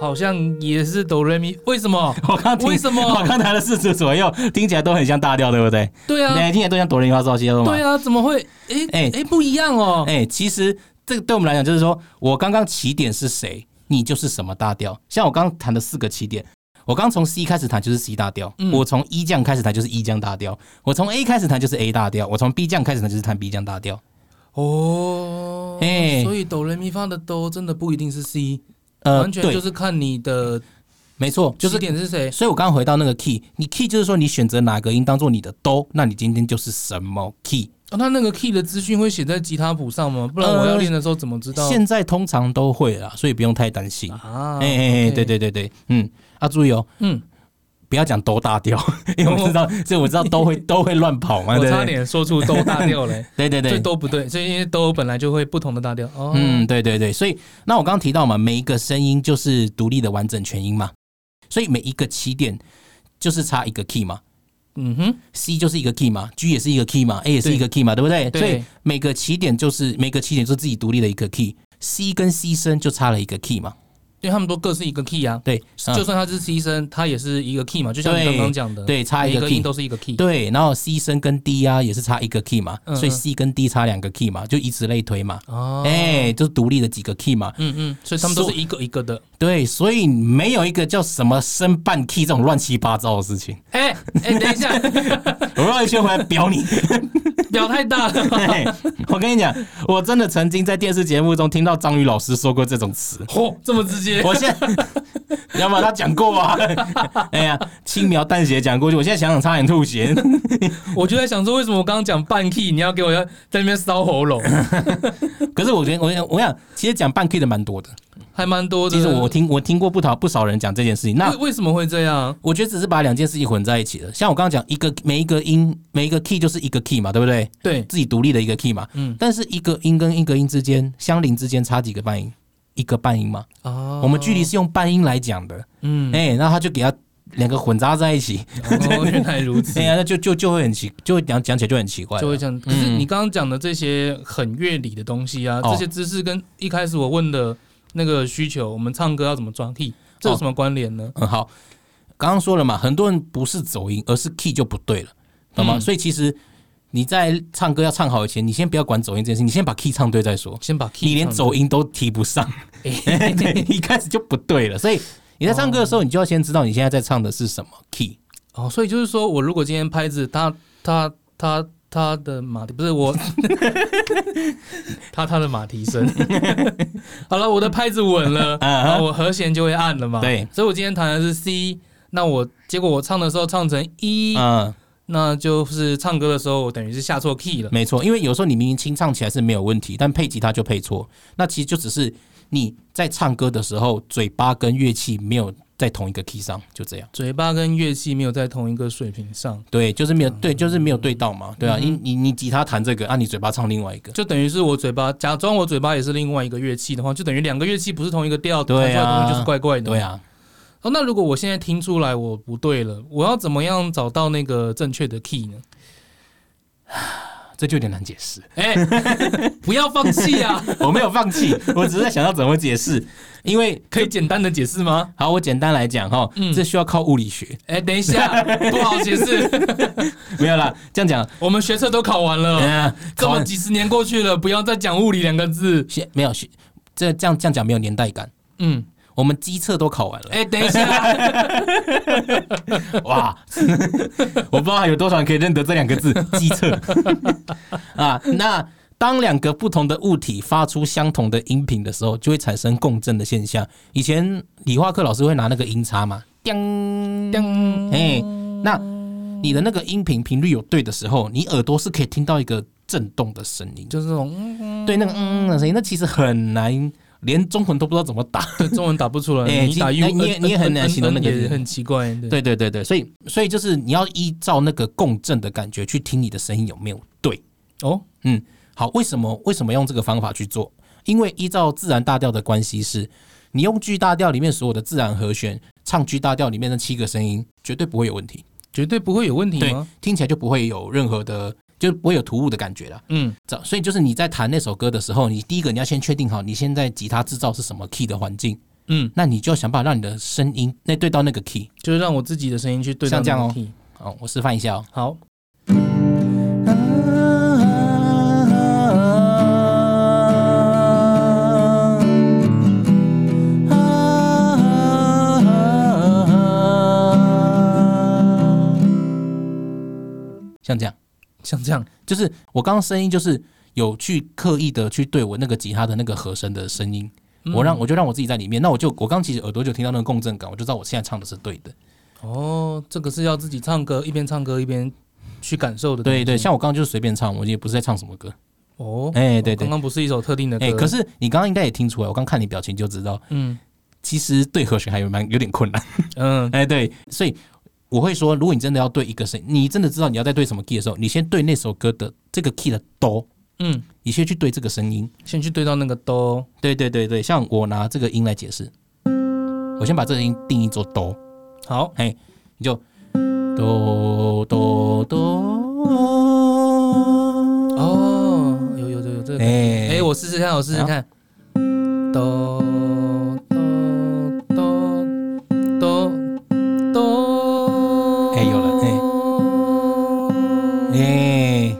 [SPEAKER 1] 好像也是哆来咪，为什么？
[SPEAKER 2] [LAUGHS] 我刚听
[SPEAKER 1] 为什么
[SPEAKER 2] 我刚拿了四十左右，听起来都很像大调，对不对？
[SPEAKER 1] 对啊，
[SPEAKER 2] 哎、听起来都像哆来咪发嗦西哆嘛
[SPEAKER 1] 对。啊，怎么会？诶
[SPEAKER 2] 哎
[SPEAKER 1] 诶，不一样哦。
[SPEAKER 2] 哎、其实这个对我们来讲，就是说我刚刚起点是谁，你就是什么大调。像我刚刚弹的四个起点，我刚从 C 开始弹就是 C 大调，
[SPEAKER 1] 嗯
[SPEAKER 2] 我从一降开始弹就是 E 一降大调，我从 A 开始弹就是 A 大调，我从 B 降开始弹就是弹 B 降大调。
[SPEAKER 1] 哦，
[SPEAKER 2] 哎
[SPEAKER 1] 所以哆来咪发的哆真的不一定是 C，
[SPEAKER 2] 呃，
[SPEAKER 1] 完全就
[SPEAKER 2] 对，
[SPEAKER 1] 是看你的
[SPEAKER 2] 没错，就
[SPEAKER 1] 起
[SPEAKER 2] 是。
[SPEAKER 1] 点是谁。
[SPEAKER 2] 所以我刚刚回到那个 key，你 key 就是说你选择哪个音当做你的哆，那你今天就是什么 key。
[SPEAKER 1] 哦，他那个 key 的资讯会写在吉他谱上吗？不然
[SPEAKER 2] 呃
[SPEAKER 1] 我要练的时候怎么知道？
[SPEAKER 2] 现在通常都会啦，所以不用太担心。
[SPEAKER 1] 啊，
[SPEAKER 2] 哎哎哎，
[SPEAKER 1] OK
[SPEAKER 2] 对，对对对，嗯，啊，注意哦，
[SPEAKER 1] 嗯，
[SPEAKER 2] 不要讲都大调， [LAUGHS] 因为我知道，所以我知
[SPEAKER 1] [LAUGHS]
[SPEAKER 2] 道都会都会乱跑嘛，
[SPEAKER 1] 我
[SPEAKER 2] 对不
[SPEAKER 1] 差
[SPEAKER 2] 对？
[SPEAKER 1] 点说出哆大调嘞，
[SPEAKER 2] 对 [LAUGHS] 对
[SPEAKER 1] 这
[SPEAKER 2] 对，
[SPEAKER 1] 都不对，所以因为哆本来就会不同的大调。哦，
[SPEAKER 2] 嗯，对对对，所以那我刚刚提到嘛，每一个声音就是独立的完整全音嘛，所以每一个起点就是差一个 key 嘛
[SPEAKER 1] 嗯哼，
[SPEAKER 2] ，C 就是一个 key 嘛，G 也是一个 key 嘛，A 也是一个 key 嘛，对不对？哎所以
[SPEAKER 1] 对，
[SPEAKER 2] 每个起点就是每个起点就是自己独立的一个 key，C 跟 C 声就差了一个 key 嘛，
[SPEAKER 1] 因为他们都各是一个 key 啊，
[SPEAKER 2] 对，嗯
[SPEAKER 1] 就算它是 C 声，它也是一个 key 嘛，就像你刚刚讲的，，
[SPEAKER 2] 对，差
[SPEAKER 1] 每
[SPEAKER 2] 一
[SPEAKER 1] 一
[SPEAKER 2] 个
[SPEAKER 1] 个
[SPEAKER 2] key
[SPEAKER 1] 音。都是一个 key。
[SPEAKER 2] 对，然后 C 声跟 D 啊也是差一个 key 嘛，
[SPEAKER 1] 嗯
[SPEAKER 2] 所以
[SPEAKER 1] 嗯
[SPEAKER 2] C 跟 D 差两个 key 嘛，就以此类推嘛。
[SPEAKER 1] 哦，
[SPEAKER 2] 哎、就是独立的几个 key 嘛，
[SPEAKER 1] 嗯嗯，所以他们都
[SPEAKER 2] 所
[SPEAKER 1] 是一个一个的。
[SPEAKER 2] 对，所以没有一个叫什么升半 key 这种乱七八糟的事情。
[SPEAKER 1] 哎哎，等一下， [LAUGHS]
[SPEAKER 2] 我绕一圈回来表你，
[SPEAKER 1] 表太大了 [LAUGHS] 吧。
[SPEAKER 2] 嘿我跟你讲，我真的曾经在电视节目中听到张宇老师说过这种词。
[SPEAKER 1] 嚯，这么直接，
[SPEAKER 2] 我现在， [LAUGHS] 要么他讲过啊，哎呀，轻描淡写讲过去，我现在想想差点吐血。
[SPEAKER 1] 我就在想说，为什么我刚刚讲半 key，你要给我要在那边烧喉 [LAUGHS] 咙，
[SPEAKER 2] 可是我觉得，我我想，其实讲半 key 的蛮多的。
[SPEAKER 1] 还蛮多的。啊
[SPEAKER 2] 其实我听我听过不少不少人讲这件事情。那
[SPEAKER 1] 为为什么会这样？
[SPEAKER 2] 我觉得只是把两件事情混在一起了。像我刚刚讲，一个每一个音每一个 key 就是一个 key 嘛，对不对？
[SPEAKER 1] 对，
[SPEAKER 2] 自己独立的一个 key 嘛。
[SPEAKER 1] 嗯
[SPEAKER 2] 但是一个音跟一个音之间相邻之间差几个半音？一个半音嘛。
[SPEAKER 1] 啊
[SPEAKER 2] 我们距离，是用半音来讲的。
[SPEAKER 1] 嗯，
[SPEAKER 2] 哎、那他就给他两个混杂在
[SPEAKER 1] [LAUGHS]
[SPEAKER 2] 一起，
[SPEAKER 1] 哦，原来如 [LAUGHS] 此
[SPEAKER 2] 哎，呀，那就就就会很奇，就会讲讲起来就很奇怪了。
[SPEAKER 1] 就会这样。可是你刚刚讲的这些很乐理的东西啊，
[SPEAKER 2] 哦
[SPEAKER 1] 这些知识跟一开始我问的那个需求，我们唱歌要怎么装 key，这有什么关联呢？
[SPEAKER 2] 嗯，好，刚刚说了嘛，很多人不是走音，而是 key 就不对了，懂吗？
[SPEAKER 1] 嗯
[SPEAKER 2] 所以其实你在唱歌要唱好以前，你先不要管走音这件事情，你先把 key 唱对再说。
[SPEAKER 1] 先把 key，
[SPEAKER 2] 你连
[SPEAKER 1] 唱
[SPEAKER 2] 走音都提不上， [LAUGHS]
[SPEAKER 1] [LAUGHS]
[SPEAKER 2] 对，一开始就不对了。所以你在唱歌的时候，你就要先知道你现在在唱的是什么 key。
[SPEAKER 1] 哦，所以就是说我如果今天拍子，他他他他的马蹄不是
[SPEAKER 2] [LAUGHS]
[SPEAKER 1] 我，他他的马蹄声。 [LAUGHS] 好了，我的拍子稳了，
[SPEAKER 2] 啊
[SPEAKER 1] 然后我和弦就会按了嘛。
[SPEAKER 2] 对，
[SPEAKER 1] 所以我今天弹的是 C，那我结果我唱的时候唱成一、
[SPEAKER 2] 嗯，
[SPEAKER 1] 那就是唱歌的时候我等于是下错 key 了。
[SPEAKER 2] 没错，因为有时候你明明清唱起来是没有问题，但配吉他就配错，那其实就只是你在唱歌的时候，嘴巴跟乐器没有在同一个 key 上，就这样。
[SPEAKER 1] 嘴巴跟乐器没有在同一个水平上，
[SPEAKER 2] 对，就是没有对，就是没有对到嘛，对啊，
[SPEAKER 1] 嗯
[SPEAKER 2] 你你你吉他弹这个，啊，你嘴巴唱另外一个，
[SPEAKER 1] 就等于是我嘴巴假装我嘴巴也是另外一个乐器的话，就等于两个乐器不是同一个调，弹出来
[SPEAKER 2] 对啊
[SPEAKER 1] 的东西就是怪怪的。
[SPEAKER 2] 对啊，
[SPEAKER 1] 哦，那如果我现在听出来我不对了，我要怎么样找到那个正确的 key 呢？
[SPEAKER 2] 这就有点难解释。
[SPEAKER 1] 哎、 [LAUGHS] 不要放弃
[SPEAKER 2] [LAUGHS]
[SPEAKER 1] 啊！
[SPEAKER 2] 我没有放弃，我只是在想要怎么解释，因为
[SPEAKER 1] 可以简单的解释吗？
[SPEAKER 2] 好，我简单来讲哈，
[SPEAKER 1] 嗯
[SPEAKER 2] 这需要靠物理学，
[SPEAKER 1] 哎、等一
[SPEAKER 2] [LAUGHS]
[SPEAKER 1] 下，不好解释，
[SPEAKER 2] 没有啦，这样讲，
[SPEAKER 1] 我们学测都考完了，
[SPEAKER 2] 嗯，
[SPEAKER 1] 哦这
[SPEAKER 2] 考
[SPEAKER 1] 么
[SPEAKER 2] 完
[SPEAKER 1] 几十年过去了，不要再讲物理两个字。
[SPEAKER 2] 先没有，先这这样这样讲没有年代感。
[SPEAKER 1] 嗯，
[SPEAKER 2] 我们机测都考完了，
[SPEAKER 1] 哎、等一下，
[SPEAKER 2] [LAUGHS] [LAUGHS] 哇！我不知道有多少人可以认得这两个字“机测” [LAUGHS] 啊。那当两个不同的物体发出相同的音频的时候，就会产生共振的现象。以前理化课老师会拿那个音叉嘛，叮叮，哎，那你的那个音频频率有对的时候，你耳朵是可以听到一个震动的声音，
[SPEAKER 1] 就是那种嗯
[SPEAKER 2] 对那个嗯的声音，那其实很难，连中文都不知道怎么打。
[SPEAKER 1] 对中文打不出来，
[SPEAKER 2] 哎
[SPEAKER 1] 你打
[SPEAKER 2] 其
[SPEAKER 1] U，呃
[SPEAKER 2] 你也你也很难形容那个
[SPEAKER 1] 也
[SPEAKER 2] 字
[SPEAKER 1] 很奇怪，对，
[SPEAKER 2] 对对对对，所以所以就是你要依照那个共振的感觉去听你的声音有没有对。
[SPEAKER 1] 哦，
[SPEAKER 2] 好，为什么为什么用这个方法去做？因为依照自然大调的关系是，你用 G 大调里面所有的自然和弦唱 G 大调里面那七个声音，绝对不会有问题，
[SPEAKER 1] 绝对不会有问题
[SPEAKER 2] 对
[SPEAKER 1] 吗？
[SPEAKER 2] 听起来就不会有任何的，就不会有突兀的感觉了。
[SPEAKER 1] 嗯，
[SPEAKER 2] 这样所以就是你在弹那首歌的时候，你第一个你要先确定好你现在吉他制造是什么 key 的环境，
[SPEAKER 1] 嗯，
[SPEAKER 2] 那你就想办法让你的声音那对到那个 key。
[SPEAKER 1] 就是让我自己的声音去对
[SPEAKER 2] 像这样哦
[SPEAKER 1] 到你的 key
[SPEAKER 2] 哦，我示范一下哦。
[SPEAKER 1] 好，
[SPEAKER 2] 像这样，
[SPEAKER 1] 像这样，
[SPEAKER 2] 就是我刚刚声音就是有去刻意的去对我那个吉他的那个和声的声音，
[SPEAKER 1] 嗯
[SPEAKER 2] 我让我就让我自己在里面，那我就我刚其实耳朵就听到那个共振感，我就知道我现在唱的是对的。
[SPEAKER 1] 哦，这个是要自己唱歌，一边唱歌一边去感受的东西，
[SPEAKER 2] 对对，像我刚刚就是随便唱，我也不是在唱什么歌。
[SPEAKER 1] 哦，
[SPEAKER 2] 哎、对对
[SPEAKER 1] 刚，刚不是一首特定的歌，
[SPEAKER 2] 哎、可是你刚刚应该也听出来，我刚看你表情就知道，
[SPEAKER 1] 嗯
[SPEAKER 2] 其实对和弦还有蛮有点困难。
[SPEAKER 1] 嗯，
[SPEAKER 2] 哎、对，所以我会说，如果你真的要对一个声，你真的知道你要在对什么 key 的时候，你先对那首歌的这个 key 的哆，
[SPEAKER 1] 嗯，
[SPEAKER 2] 你先去对这个声音。
[SPEAKER 1] 先去对到那个哆，
[SPEAKER 2] 对对对对，像我拿这个音来解释，我先把这个音定义做哆，
[SPEAKER 1] 好，
[SPEAKER 2] 你就哆哆哆。
[SPEAKER 1] 哦，有有有有这个感觉，
[SPEAKER 2] 哎
[SPEAKER 1] 哎，我试试看，我试试看，哆哆哆哆哆，
[SPEAKER 2] 哎有了哎、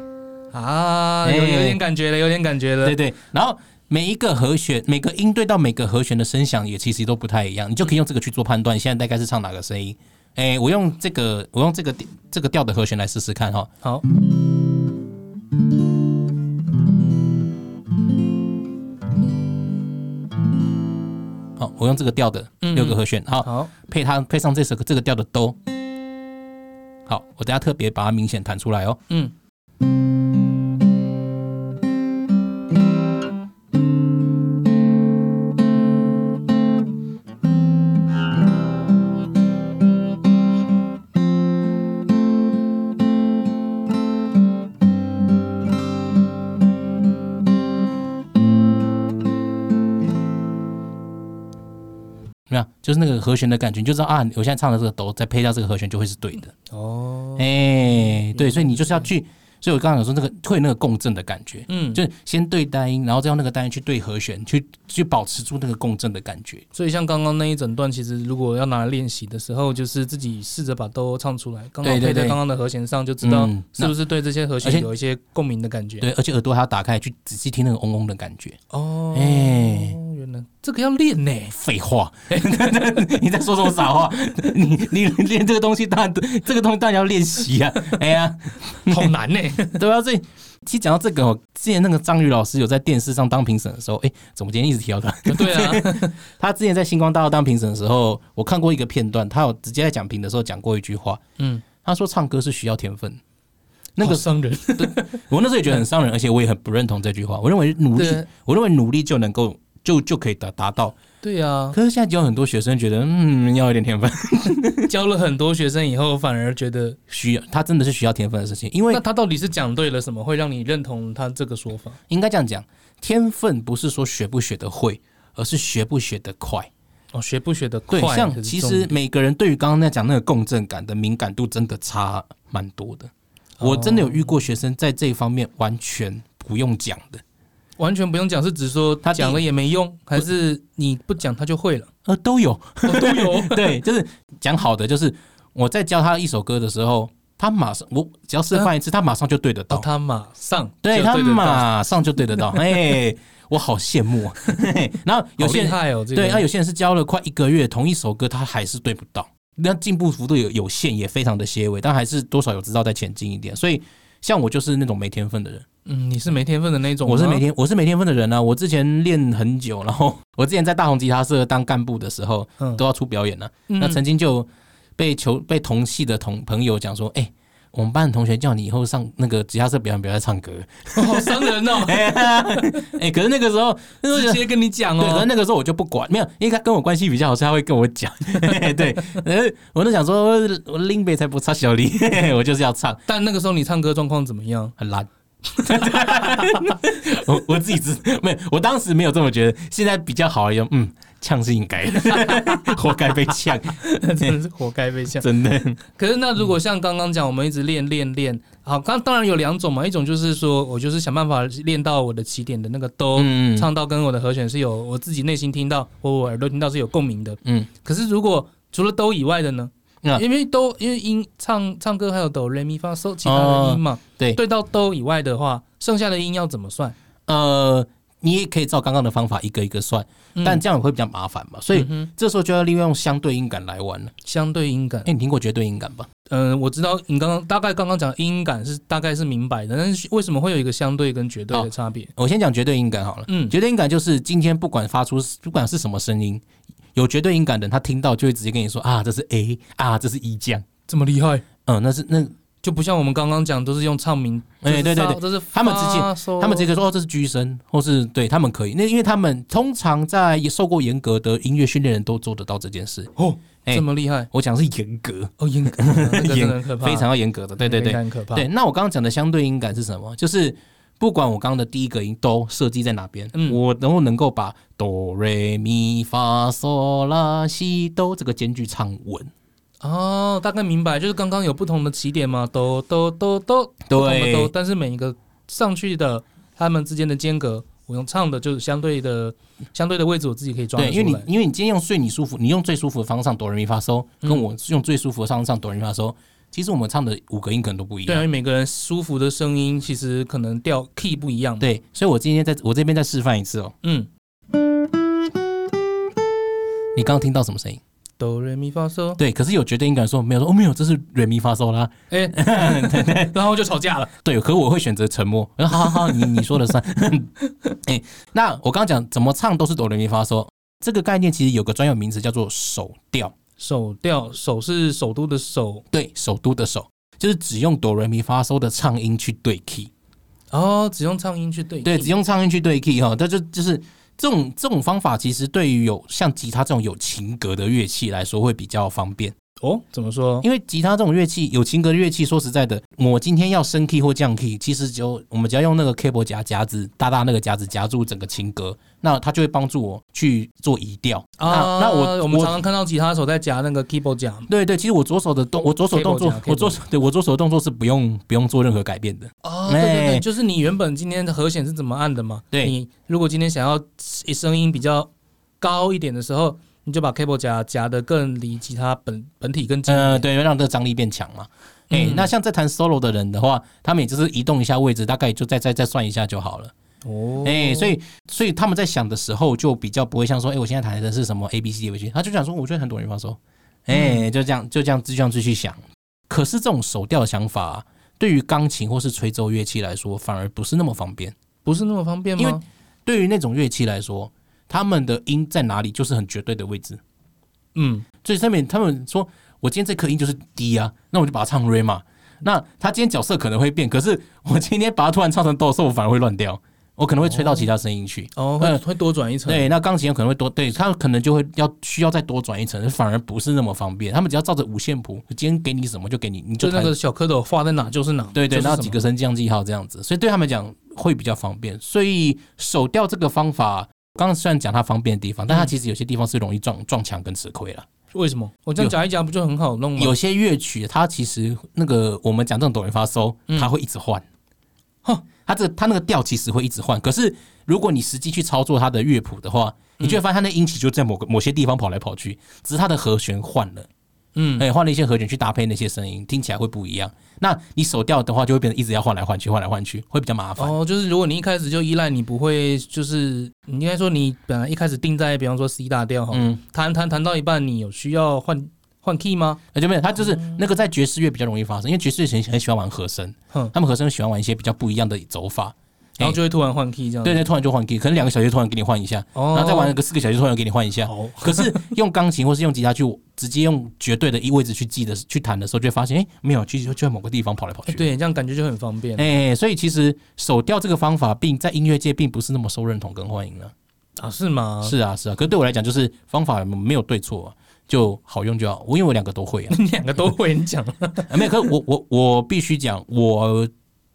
[SPEAKER 1] 啊，
[SPEAKER 2] 哎
[SPEAKER 1] 有有点感觉了，有点感觉了
[SPEAKER 2] 对，对，然后每一个和弦，每个音对到每个和弦的声响也其实都不太一样，你就可以用这个去做判断，现在大概是唱哪个声音。哎，我用这个，我用这个这个调的和弦来试试看哈。
[SPEAKER 1] 好，
[SPEAKER 2] 好，我用这个调的
[SPEAKER 1] 嗯
[SPEAKER 2] 六个和弦，好，
[SPEAKER 1] 好，
[SPEAKER 2] 配它配上这首这个调的哆。好，我等下特别把它明显弹出来哦。
[SPEAKER 1] 嗯，
[SPEAKER 2] 有没有？就是那个和弦的感觉，你就知道啊，我现在唱的这个哆，再配到这个和弦就会是对的。
[SPEAKER 1] 哦，
[SPEAKER 2] 哎，对，所以你就是要去，所以我刚刚有说那个会有那个共振的感觉。
[SPEAKER 1] 嗯，
[SPEAKER 2] 就是先对单音，然后再用那个单音去对和弦，去去保持住那个共振的感觉。
[SPEAKER 1] 所以像刚刚那一整段，其实如果要拿来练习的时候，就是自己试着把哆唱出来，刚好
[SPEAKER 2] 对对
[SPEAKER 1] 配在
[SPEAKER 2] 对
[SPEAKER 1] 刚刚的和弦上，就知道
[SPEAKER 2] 嗯
[SPEAKER 1] 是不是对这些和
[SPEAKER 2] 而且
[SPEAKER 1] 弦有一些共鸣的感觉。
[SPEAKER 2] 对，而且耳朵还要打开去仔细听那个嗡嗡的感觉。
[SPEAKER 1] 哦，
[SPEAKER 2] 哎
[SPEAKER 1] 原来这个要练呢、
[SPEAKER 2] [LAUGHS] 废话，你在说什么傻话？你你你练这个东西，当然这个东西当然要练习啊！ [LAUGHS] 哎呀，
[SPEAKER 1] 好难呢、
[SPEAKER 2] 对啊，所以其实讲到这个哦，之前那个张宇老师有在电视上当评审的时候，哎，怎么今天一直提到他？
[SPEAKER 1] 对啊，
[SPEAKER 2] 他之前在星光大道当评审的时候，我看过一个片段，他有直接在讲评的时候讲过一句话，
[SPEAKER 1] [LAUGHS] 嗯，
[SPEAKER 2] 他说唱歌是需要天分。那个
[SPEAKER 1] 好伤人，
[SPEAKER 2] 我那时候也觉得很伤人，而且我也很不认同这句话。我认为努
[SPEAKER 1] 嗯
[SPEAKER 2] 力，
[SPEAKER 1] 对
[SPEAKER 2] 我认为努力就能够就就可以达达到。
[SPEAKER 1] 对啊，
[SPEAKER 2] 可是现在有很多学生觉得，嗯，要有点天分， [LAUGHS]
[SPEAKER 1] 教了很多学生以后，反而觉得，
[SPEAKER 2] 需要他真的是需要天分的事情。因为
[SPEAKER 1] 那他到底是讲对了什么，会让你认同他这个说法？
[SPEAKER 2] 应该这样讲，天分不是说学不学得会，而是学不学得快。
[SPEAKER 1] 哦，学不学得快
[SPEAKER 2] 对，
[SPEAKER 1] 才是重点，
[SPEAKER 2] 像其实每个人对于刚刚那讲那个共振感的敏感度真的差蛮多的。我真的有遇过学生在这一方面完全不用讲的，
[SPEAKER 1] 完全不用讲，是指说
[SPEAKER 2] 他
[SPEAKER 1] 他
[SPEAKER 2] 第
[SPEAKER 1] 讲了也没用，还是你不讲他就会
[SPEAKER 2] [LAUGHS]
[SPEAKER 1] 了？
[SPEAKER 2] 呃，都有。
[SPEAKER 1] 哦、都有
[SPEAKER 2] [LAUGHS] 对，就是讲好的，就是我在教他一首歌的时候，他马上我只要示范一次，他马上就对得到，
[SPEAKER 1] 哦，他马上就
[SPEAKER 2] [LAUGHS] 对
[SPEAKER 1] 得
[SPEAKER 2] 他
[SPEAKER 1] 到
[SPEAKER 2] 马上就
[SPEAKER 1] [LAUGHS]
[SPEAKER 2] 对得到，哎，我好羡慕、啊。嘿嘿然后有
[SPEAKER 1] 好
[SPEAKER 2] 些
[SPEAKER 1] 厉
[SPEAKER 2] 人
[SPEAKER 1] 害哦，这个
[SPEAKER 2] 对，那哎啊有些人是教了快一个月，同一首歌他还是对不到，那进步幅度有有限，也非常的些微，但还是多少有知道在前进一点。所以像我就是那种没天分的人，
[SPEAKER 1] 嗯，你是没天分的那种吗，
[SPEAKER 2] 我是没天我是没天分的人啊！我之前练很久，然后 [LAUGHS] 我之前在大红吉他社当干部的时候，
[SPEAKER 1] 嗯
[SPEAKER 2] 都要出表演啊呢、
[SPEAKER 1] 嗯
[SPEAKER 2] 那曾经就被求被同系的同朋友讲说，哎、我们班的同学叫你以后上那个吉他社表演，不要再唱 [LAUGHS] 歌。，
[SPEAKER 1] [LAUGHS] 好伤人哦
[SPEAKER 2] [LAUGHS] 哎、可是那个时候，那时候觉
[SPEAKER 1] 直
[SPEAKER 2] 得
[SPEAKER 1] 接跟你讲
[SPEAKER 2] 对，可是
[SPEAKER 1] 哦，
[SPEAKER 2] 那个时候我就不管，没有，因为他跟我关系比较好，所以他会跟我讲。 [LAUGHS] 对，呃，我就想说，我林 [LAUGHS] 北才不差小李，我就是要唱，
[SPEAKER 1] 但那个时候你唱歌状况怎么
[SPEAKER 2] [LAUGHS]
[SPEAKER 1] 样？
[SPEAKER 2] 很烂。我我自己知没有，我当时没有这么觉得，现在比较好了，嗯，呛是应该的， [LAUGHS] 活该被呛，
[SPEAKER 1] 真的是活该被呛。
[SPEAKER 2] 真的。
[SPEAKER 1] 可是那如果像刚刚讲，我们一直练练练，好，刚当然有两种嘛，一种就是说我就是想办法练到我的起点的那个哆，
[SPEAKER 2] 嗯
[SPEAKER 1] 唱到跟我的和弦是有我自己内心听到或我耳朵听到是有共鸣的。
[SPEAKER 2] 嗯，
[SPEAKER 1] 可是如果除了哆以外的呢？
[SPEAKER 2] 嗯
[SPEAKER 1] 因为哆，因为音唱唱歌还有哆、来咪、发、嗦其他的音嘛，
[SPEAKER 2] 哦对
[SPEAKER 1] 对到哆以外的话，剩下的音要怎么算？
[SPEAKER 2] 呃，你也可以照刚刚的方法一个一个算，
[SPEAKER 1] 嗯
[SPEAKER 2] 但这样会比较麻烦嘛，所以
[SPEAKER 1] 嗯哼
[SPEAKER 2] 这时候就要利用相对音感来玩了。
[SPEAKER 1] 相对音感
[SPEAKER 2] 哎、，你听过绝对音感吧？
[SPEAKER 1] 嗯，我知道你刚刚大概刚刚讲音感是大概是明白的，但是为什么会有一个相对跟绝对的差别？
[SPEAKER 2] 我先讲绝对音感好了。
[SPEAKER 1] 嗯
[SPEAKER 2] 绝对音感就是今天不管发出不管是什么声音，有绝对音感的人，他听到就会直接跟你说啊，这是 A 啊，这是一降。
[SPEAKER 1] 这么厉害，
[SPEAKER 2] 嗯，那是那
[SPEAKER 1] 就不像我们刚刚讲都是用唱名，
[SPEAKER 2] 哎
[SPEAKER 1] 就是
[SPEAKER 2] 对对
[SPEAKER 1] 发
[SPEAKER 2] 对，
[SPEAKER 1] 这是
[SPEAKER 2] 他们直接
[SPEAKER 1] 接
[SPEAKER 2] 他们直
[SPEAKER 1] 接
[SPEAKER 2] 接说哦，这是 G 声，或是对他们可以，那因为他们通常在受过严格的音乐训练人都做得到这件事。
[SPEAKER 1] 哦，
[SPEAKER 2] 哎
[SPEAKER 1] 这么厉害
[SPEAKER 2] 我讲是严格，
[SPEAKER 1] 哦，音
[SPEAKER 2] [LAUGHS]
[SPEAKER 1] 感那个真的很可怕，
[SPEAKER 2] 非常要严格的，对对
[SPEAKER 1] 那个应该
[SPEAKER 2] 对
[SPEAKER 1] 很可怕，
[SPEAKER 2] 对。那我刚刚讲的相对音感是什么？就是不管我刚刚的第一个音都设计在哪边，
[SPEAKER 1] 嗯
[SPEAKER 2] 我能不能够把哆瑞咪发嗦啦西哆这个间距唱稳？
[SPEAKER 1] 哦，大概明白，就是刚刚有不同的起点嘛，都都都都不同的
[SPEAKER 2] 对
[SPEAKER 1] 都，但是每一个上去的他们之间的间隔，我用唱的就是相对的相对的位置，我自己可以抓得
[SPEAKER 2] 对，
[SPEAKER 1] 出
[SPEAKER 2] 因为
[SPEAKER 1] 来。
[SPEAKER 2] 你因为啊你今天用最你舒服，你用最舒服的方上哆瑞咪发嗦，
[SPEAKER 1] 嗯
[SPEAKER 2] 跟我用最舒服的方上哆瑞咪发嗦，其实我们唱的五个音可能都不一
[SPEAKER 1] 对啊，因
[SPEAKER 2] 样。
[SPEAKER 1] 为每个人舒服的声音其实可能调 key 不一样嘛。
[SPEAKER 2] 对，所以我今天在我这边再示范一次哦。
[SPEAKER 1] 嗯，
[SPEAKER 2] 你刚刚听到什么声音？
[SPEAKER 1] 哆来咪发嗦，
[SPEAKER 2] 对，可是有绝对音感说没有说哦没有，这是瑞咪发嗦啦。
[SPEAKER 1] 哎， [LAUGHS] 然后就吵架了。
[SPEAKER 2] 对，可我会选择沉默。 [LAUGHS] 我说好好好，你你说了算。 [LAUGHS] 哎、那我刚刚讲怎么唱都是哆来咪发嗦，这个概念其实有个专有名词叫做手调，
[SPEAKER 1] 手调，手是首都的手，
[SPEAKER 2] 对，首都的首，就是只用哆来咪发嗦的唱音去对 key，
[SPEAKER 1] 哦，只用唱音去对应
[SPEAKER 2] 对，只用唱音去对 key 哈，它就就是这种这种方法，其实对于有像吉他这种有琴格的乐器来说会比较方便，
[SPEAKER 1] 哦，怎么说？
[SPEAKER 2] 因为吉他这种乐器有琴格的乐器，说实在的，我今天要升 key 或降 key，其实只有我们只要用那个 cable 夹夹子，大大那个夹子夹住整个琴格，那它就会帮助我去做移调。
[SPEAKER 1] 啊，
[SPEAKER 2] 那那我
[SPEAKER 1] 我们常常看到吉他手在夹那个 keyboard 夹嘛
[SPEAKER 2] 对对，其实我左手的动，我左手
[SPEAKER 1] Cable
[SPEAKER 2] 动作
[SPEAKER 1] 夹，
[SPEAKER 2] 我
[SPEAKER 1] cable
[SPEAKER 2] 左手对我左手的动作是不用不用做任何改变的。
[SPEAKER 1] 哦，对对对，
[SPEAKER 2] 哎
[SPEAKER 1] 就是你原本今天的和弦是怎么按的嘛？
[SPEAKER 2] 对
[SPEAKER 1] 你如果今天想要声音比较高一点的时候，你就把 cable 夹夹得更离吉他本本体更近一点。
[SPEAKER 2] 呃，对，让这个张力变强嘛。哎、
[SPEAKER 1] 嗯
[SPEAKER 2] 那像在弹 solo 的人的话，他们也就是移动一下位置，大概就再再再算一下就好了。
[SPEAKER 1] 哦，
[SPEAKER 2] 哎、所以所以他们在想的时候就比较不会像说，哎、我现在弹的是什么 A B C D 回去，他就想说，我觉得很多人放松，哎、就这样就这样就这样继续想。可是这种手调的想法、对于钢琴或是吹奏乐器来说，反而不是那么方便。
[SPEAKER 1] 不是那么方便
[SPEAKER 2] 因为
[SPEAKER 1] 吗？
[SPEAKER 2] 对于那种乐器来说，他们的音在哪里就是很绝对的位置，
[SPEAKER 1] 嗯，
[SPEAKER 2] 所以上面他们说我今天这颗音就是 D 啊，那我就把它唱 Re 嘛。那他今天角色可能会变，可是我今天把它突然唱成哆的时候，我反而会乱掉，我可能会吹到其他声音去。
[SPEAKER 1] 哦，会
[SPEAKER 2] 呃
[SPEAKER 1] 会多转一层。
[SPEAKER 2] 对，那钢琴有可能会多，对他可能就会要需要再多转一层，反而不是那么方便。他们只要照着五线谱，今天给你什么就给你，你
[SPEAKER 1] 就
[SPEAKER 2] 就
[SPEAKER 1] 那
[SPEAKER 2] 弹。
[SPEAKER 1] 个小蝌蚪画在哪就是哪，
[SPEAKER 2] 对对，
[SPEAKER 1] 就是
[SPEAKER 2] 然后
[SPEAKER 1] 什
[SPEAKER 2] 几
[SPEAKER 1] 么
[SPEAKER 2] 个升降记号这样子，所以对他们讲会比较方便。所以手调这个方法，刚刚虽然讲它方便的地
[SPEAKER 1] 嗯
[SPEAKER 2] 方，但它其实有些地方是容易撞撞墙跟吃亏了。
[SPEAKER 1] 为什么我这样夹一夹不就很好弄吗？
[SPEAKER 2] 有些乐曲它其实那个我们讲这种抖音发收，
[SPEAKER 1] 嗯
[SPEAKER 2] 它会一直换。
[SPEAKER 1] 哼
[SPEAKER 2] 它这它那个调其实会一直换，可是如果你实际去操作它的乐谱的话，
[SPEAKER 1] 嗯
[SPEAKER 2] 你就会发现它那音起就在某个某些地方跑来跑去，只是它的和弦换了，
[SPEAKER 1] 嗯，
[SPEAKER 2] 哎，换了一些和弦去搭配那些声音，听起来会不一样。那你手调的话，就会变得一直要换来换去，换来换去，会比较麻烦。
[SPEAKER 1] 哦，就是如果你一开始就依赖你不会，就是你应该说你本来一开始定在比方说 C 大调哈，
[SPEAKER 2] 嗯，
[SPEAKER 1] 弹弹弹到一半，你有需要换换 key 吗？
[SPEAKER 2] 那就没有，他就是那个在爵士乐比较容易发生，因为爵士乐很很喜欢玩和声
[SPEAKER 1] 哼，
[SPEAKER 2] 他们和声喜欢玩一些比较不一样的走法。
[SPEAKER 1] 然后就会突然换 key 这样子。
[SPEAKER 2] 对对，突然就换 key，可能两个小节突然给你换一下，
[SPEAKER 1] 哦，哎
[SPEAKER 2] 然后再玩个四个小节突然给你换一下。
[SPEAKER 1] 好，
[SPEAKER 2] 可是用钢琴或是用吉他去直接用绝对的一位置去记的去弹的时候，就会发现，哎，没有，其实就就在某个地方跑来跑
[SPEAKER 1] 哎
[SPEAKER 2] 去。
[SPEAKER 1] 对，这样感觉就很方便。
[SPEAKER 2] 哎、所以其实手调这个方法，并在音乐界并不是那么受认同跟欢迎了、
[SPEAKER 1] 啊，是吗？
[SPEAKER 2] 是啊，是啊，可是对我来讲，就是方法没有对错、啊，就好用就好。我因为我两个都会啊， [LAUGHS]
[SPEAKER 1] 你两个都会，你 [LAUGHS] 讲，
[SPEAKER 2] 啊没有。可是我我我必须讲，我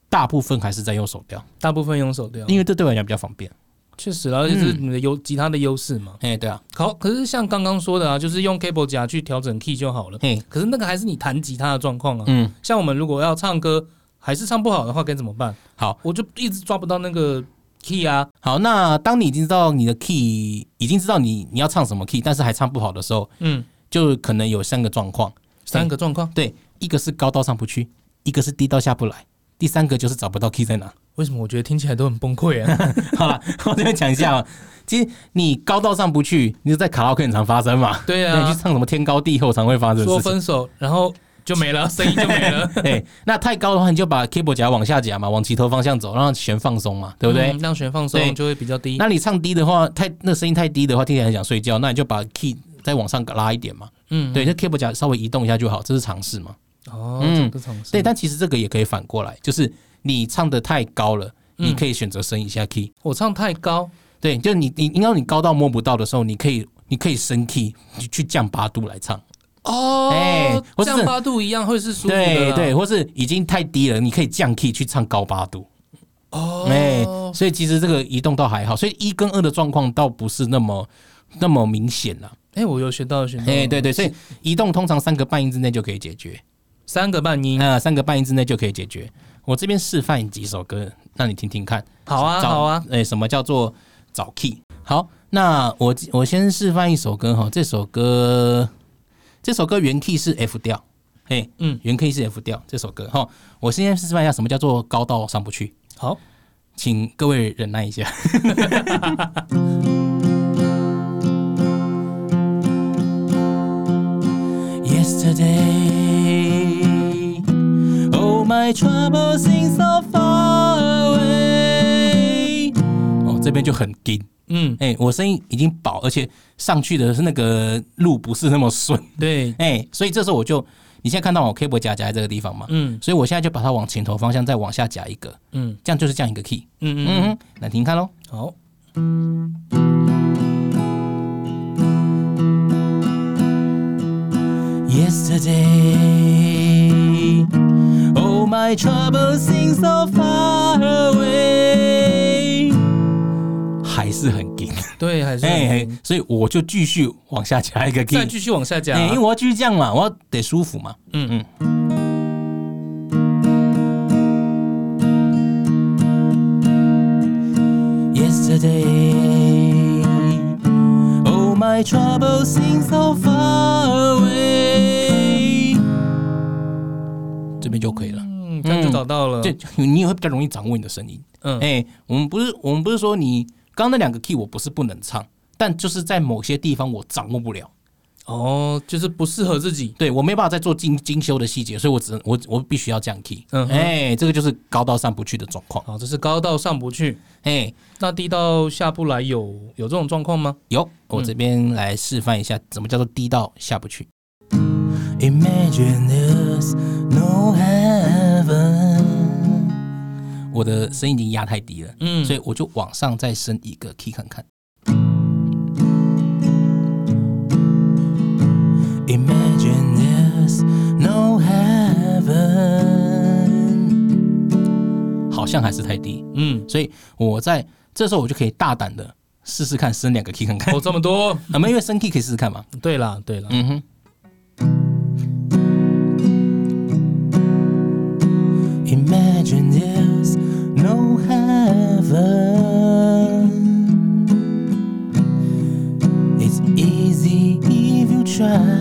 [SPEAKER 2] 大部分还是在用手调，
[SPEAKER 1] 大部分用手调，
[SPEAKER 2] 因为这对我来讲比较方便。
[SPEAKER 1] 确实啦，而且是你的优吉他的优势嘛。
[SPEAKER 2] 哎、对啊，
[SPEAKER 1] 好，可是像刚刚说的啊，就是用 cable 夹去调整 key 就好了。
[SPEAKER 2] 嘿、
[SPEAKER 1] 可是那个还是你弹吉他的状况啊。
[SPEAKER 2] 嗯，
[SPEAKER 1] 像我们如果要唱歌，还是唱不好的话，该怎么办？
[SPEAKER 2] 好
[SPEAKER 1] 我就一直抓不到那个 key 啊。
[SPEAKER 2] 好。那当你已经知道你的 key，已经知道你你要唱什么 key，但是还唱不好的时候，
[SPEAKER 1] 嗯，哎
[SPEAKER 2] 就可能有三个状况：
[SPEAKER 1] 三个状况，
[SPEAKER 2] 对，一个是高到上不去，一个是低到下不来，第三个就是找不到 key 在哪。 [LAUGHS]
[SPEAKER 1] 为什么我觉得听起来都很崩溃啊？
[SPEAKER 2] 好了， [LAUGHS] 我这边讲一下啊，其实你高到上不去，你就在卡拉 OK 很常发生嘛。
[SPEAKER 1] 对 [LAUGHS]
[SPEAKER 2] 那你
[SPEAKER 1] 啊
[SPEAKER 2] 去，唱什么天高地厚常会发生的
[SPEAKER 1] 说
[SPEAKER 2] 事情。
[SPEAKER 1] 分手，然后就没 [LAUGHS] 了，声音就没了，
[SPEAKER 2] 对，那太高的话，你就把 keyboard 夹往下夹嘛，往齐头方向走，让弦放松嘛，对不对？
[SPEAKER 1] 嗯让弦放松
[SPEAKER 2] 对
[SPEAKER 1] 就会比较低。
[SPEAKER 2] 那你唱低的话，太那声音太低的话，听起来很想睡觉，那你就把 key 再往上拉一点嘛。
[SPEAKER 1] 嗯，
[SPEAKER 2] 对，那 keyboard 夹稍微移动一下就好，这是尝试嘛。
[SPEAKER 1] 哦，
[SPEAKER 2] 嗯
[SPEAKER 1] 这个尝试。
[SPEAKER 2] 对，但其实这个也可以反过来，就是你唱的太高了，
[SPEAKER 1] 嗯
[SPEAKER 2] 你可以选择升一下 key。
[SPEAKER 1] 我唱太高，
[SPEAKER 2] 对，就你你应该你高到摸不到的时候，你可以你可以升 key 去去降八度来唱，
[SPEAKER 1] 哦，
[SPEAKER 2] 哎我是
[SPEAKER 1] 像八度一样会是舒服的啦，
[SPEAKER 2] 对对，或是已经太低了，你可以降 key 去唱高八度，
[SPEAKER 1] 哦，
[SPEAKER 2] 哎、所以其实这个移动倒还好，所以一跟二的状况倒不是那么那么明显啦，
[SPEAKER 1] 哎，我有学到学到，
[SPEAKER 2] 哎、对对，所以移动通常三个半音之内就可以解决，
[SPEAKER 1] 三个半音，
[SPEAKER 2] 那、三个半音之内就可以解决。我这边示范几首歌让你听听看，
[SPEAKER 1] 好啊
[SPEAKER 2] 找
[SPEAKER 1] 好啊，，
[SPEAKER 2] 哎、什么叫做找 key？好，那我我先示范一首歌哈，这首歌这首歌原 key 是 F 调，哎、
[SPEAKER 1] 嗯，
[SPEAKER 2] 原 key 是 F 调这首歌哈，我先示范一下什么叫做高到上不去，
[SPEAKER 1] 好，
[SPEAKER 2] 请各位忍耐一下。Yesterday, oh my troubles seem so far away。哦，这边就很低，
[SPEAKER 1] 嗯，
[SPEAKER 2] 哎、我声音已经饱，而且上去的是那个路不是那么顺，
[SPEAKER 1] 对，
[SPEAKER 2] 哎、所以这时候我就，你现在看到我 keyboard 夹夹在这个地方嘛，
[SPEAKER 1] 嗯
[SPEAKER 2] 所以我现在就把它往前头方向再往下夹一个，
[SPEAKER 1] 嗯
[SPEAKER 2] 这样就是这样一个 key。
[SPEAKER 1] 嗯嗯，
[SPEAKER 2] 嗯哼，来听听看喽。
[SPEAKER 1] 好，
[SPEAKER 2] Yesterday, oh my troubles seem so far away，还是很紧，
[SPEAKER 1] 对，还是
[SPEAKER 2] 哎、所以我就继续往下加一个 key，
[SPEAKER 1] 再继续往下讲
[SPEAKER 2] 哎、，因为我要继续这样嘛，我要得舒服嘛。
[SPEAKER 1] 啊嗯
[SPEAKER 2] 嗯。Yesterday, oh my troubles seem so far away，这边就可以了。
[SPEAKER 1] 嗯，这样就找到了
[SPEAKER 2] 这，你也会比较容易掌握你的声音。
[SPEAKER 1] 嗯
[SPEAKER 2] 哎、我们不是我们不是说你刚刚那两个 key 我不是不能唱，但就是在某些地方我掌握不了，
[SPEAKER 1] 哦，就是不适合自己，
[SPEAKER 2] 对我没办法再做精精修的细节，所以我只能我我必须要降 key。
[SPEAKER 1] 嗯哼
[SPEAKER 2] 哎、这个就是高到上不去的状况。
[SPEAKER 1] 好，这是高到上不去，
[SPEAKER 2] 哎、
[SPEAKER 1] 那低到下不来有，有这种状况吗？
[SPEAKER 2] 有，我这边来示范一下，怎么叫做低到下不去。Imagine there's no heaven。我的声音已经压太低了，
[SPEAKER 1] 嗯，
[SPEAKER 2] 所以我就往上再升一个 key 看看。Imagine there's no heaven，好像还是太低，
[SPEAKER 1] 嗯，
[SPEAKER 2] 所以我在这时候我就可以大胆的试试看升两个 key 看看
[SPEAKER 1] 哦，，这么多，
[SPEAKER 2] 啊，没有因为升 key 可以试试看嘛。
[SPEAKER 1] 对啦对啦，
[SPEAKER 2] 嗯哼。Imagine there's no heaven. It's easy if you try.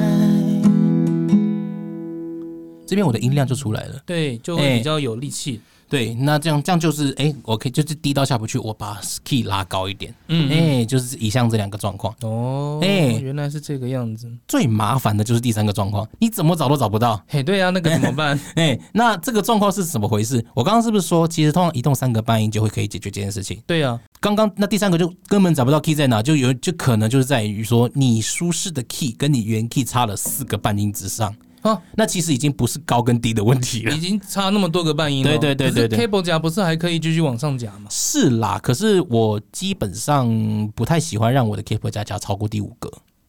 [SPEAKER 2] 这边我的音量就出来了。哎
[SPEAKER 1] 对，就会比较有力气，
[SPEAKER 2] 对，那这样这样就是，哎、我可以就是低到下不去，我把 key 拉高一点，哎、
[SPEAKER 1] 嗯，
[SPEAKER 2] 就是以上这两个状况。
[SPEAKER 1] 哦，
[SPEAKER 2] 哎
[SPEAKER 1] 原来是这个样子。
[SPEAKER 2] 最麻烦的就是第三个状况，你怎么找都找不到。
[SPEAKER 1] 嘿，对啊，那个怎么
[SPEAKER 2] [LAUGHS]
[SPEAKER 1] 办？
[SPEAKER 2] 哎、那这个状况是怎么回事？我刚刚是不是说，其实通常移动三个半音就会可以解决这件事情？
[SPEAKER 1] 对啊，
[SPEAKER 2] 刚刚那第三个就根本找不到 key 在哪，就有就可能就是在于说，你舒适的 key 跟你原 key 差了四个半音之上，
[SPEAKER 1] 啊，
[SPEAKER 2] 那其实已经不是高跟低的问题了 [LAUGHS]
[SPEAKER 1] 已。经差那么多个半音了。
[SPEAKER 2] 对对对对对
[SPEAKER 1] 可是 cable 夹不是还可以继续往上夹吗？
[SPEAKER 2] 是啦，可是我基本上不太喜欢让我的 keep 加加超过第五个，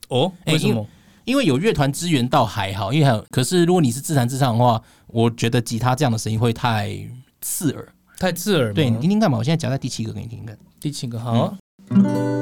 [SPEAKER 1] 哦，
[SPEAKER 2] 哎
[SPEAKER 1] 为什
[SPEAKER 2] 因
[SPEAKER 1] 么？
[SPEAKER 2] 因为有乐团支援倒还好，因为还有，可是如果你是自弹自唱的话，我觉得吉他这样的声音会太刺耳。
[SPEAKER 1] 太刺耳吗？
[SPEAKER 2] 对，你听听看嘛，我现在夹在第七个给你听听看。
[SPEAKER 1] 第七个好。
[SPEAKER 2] 嗯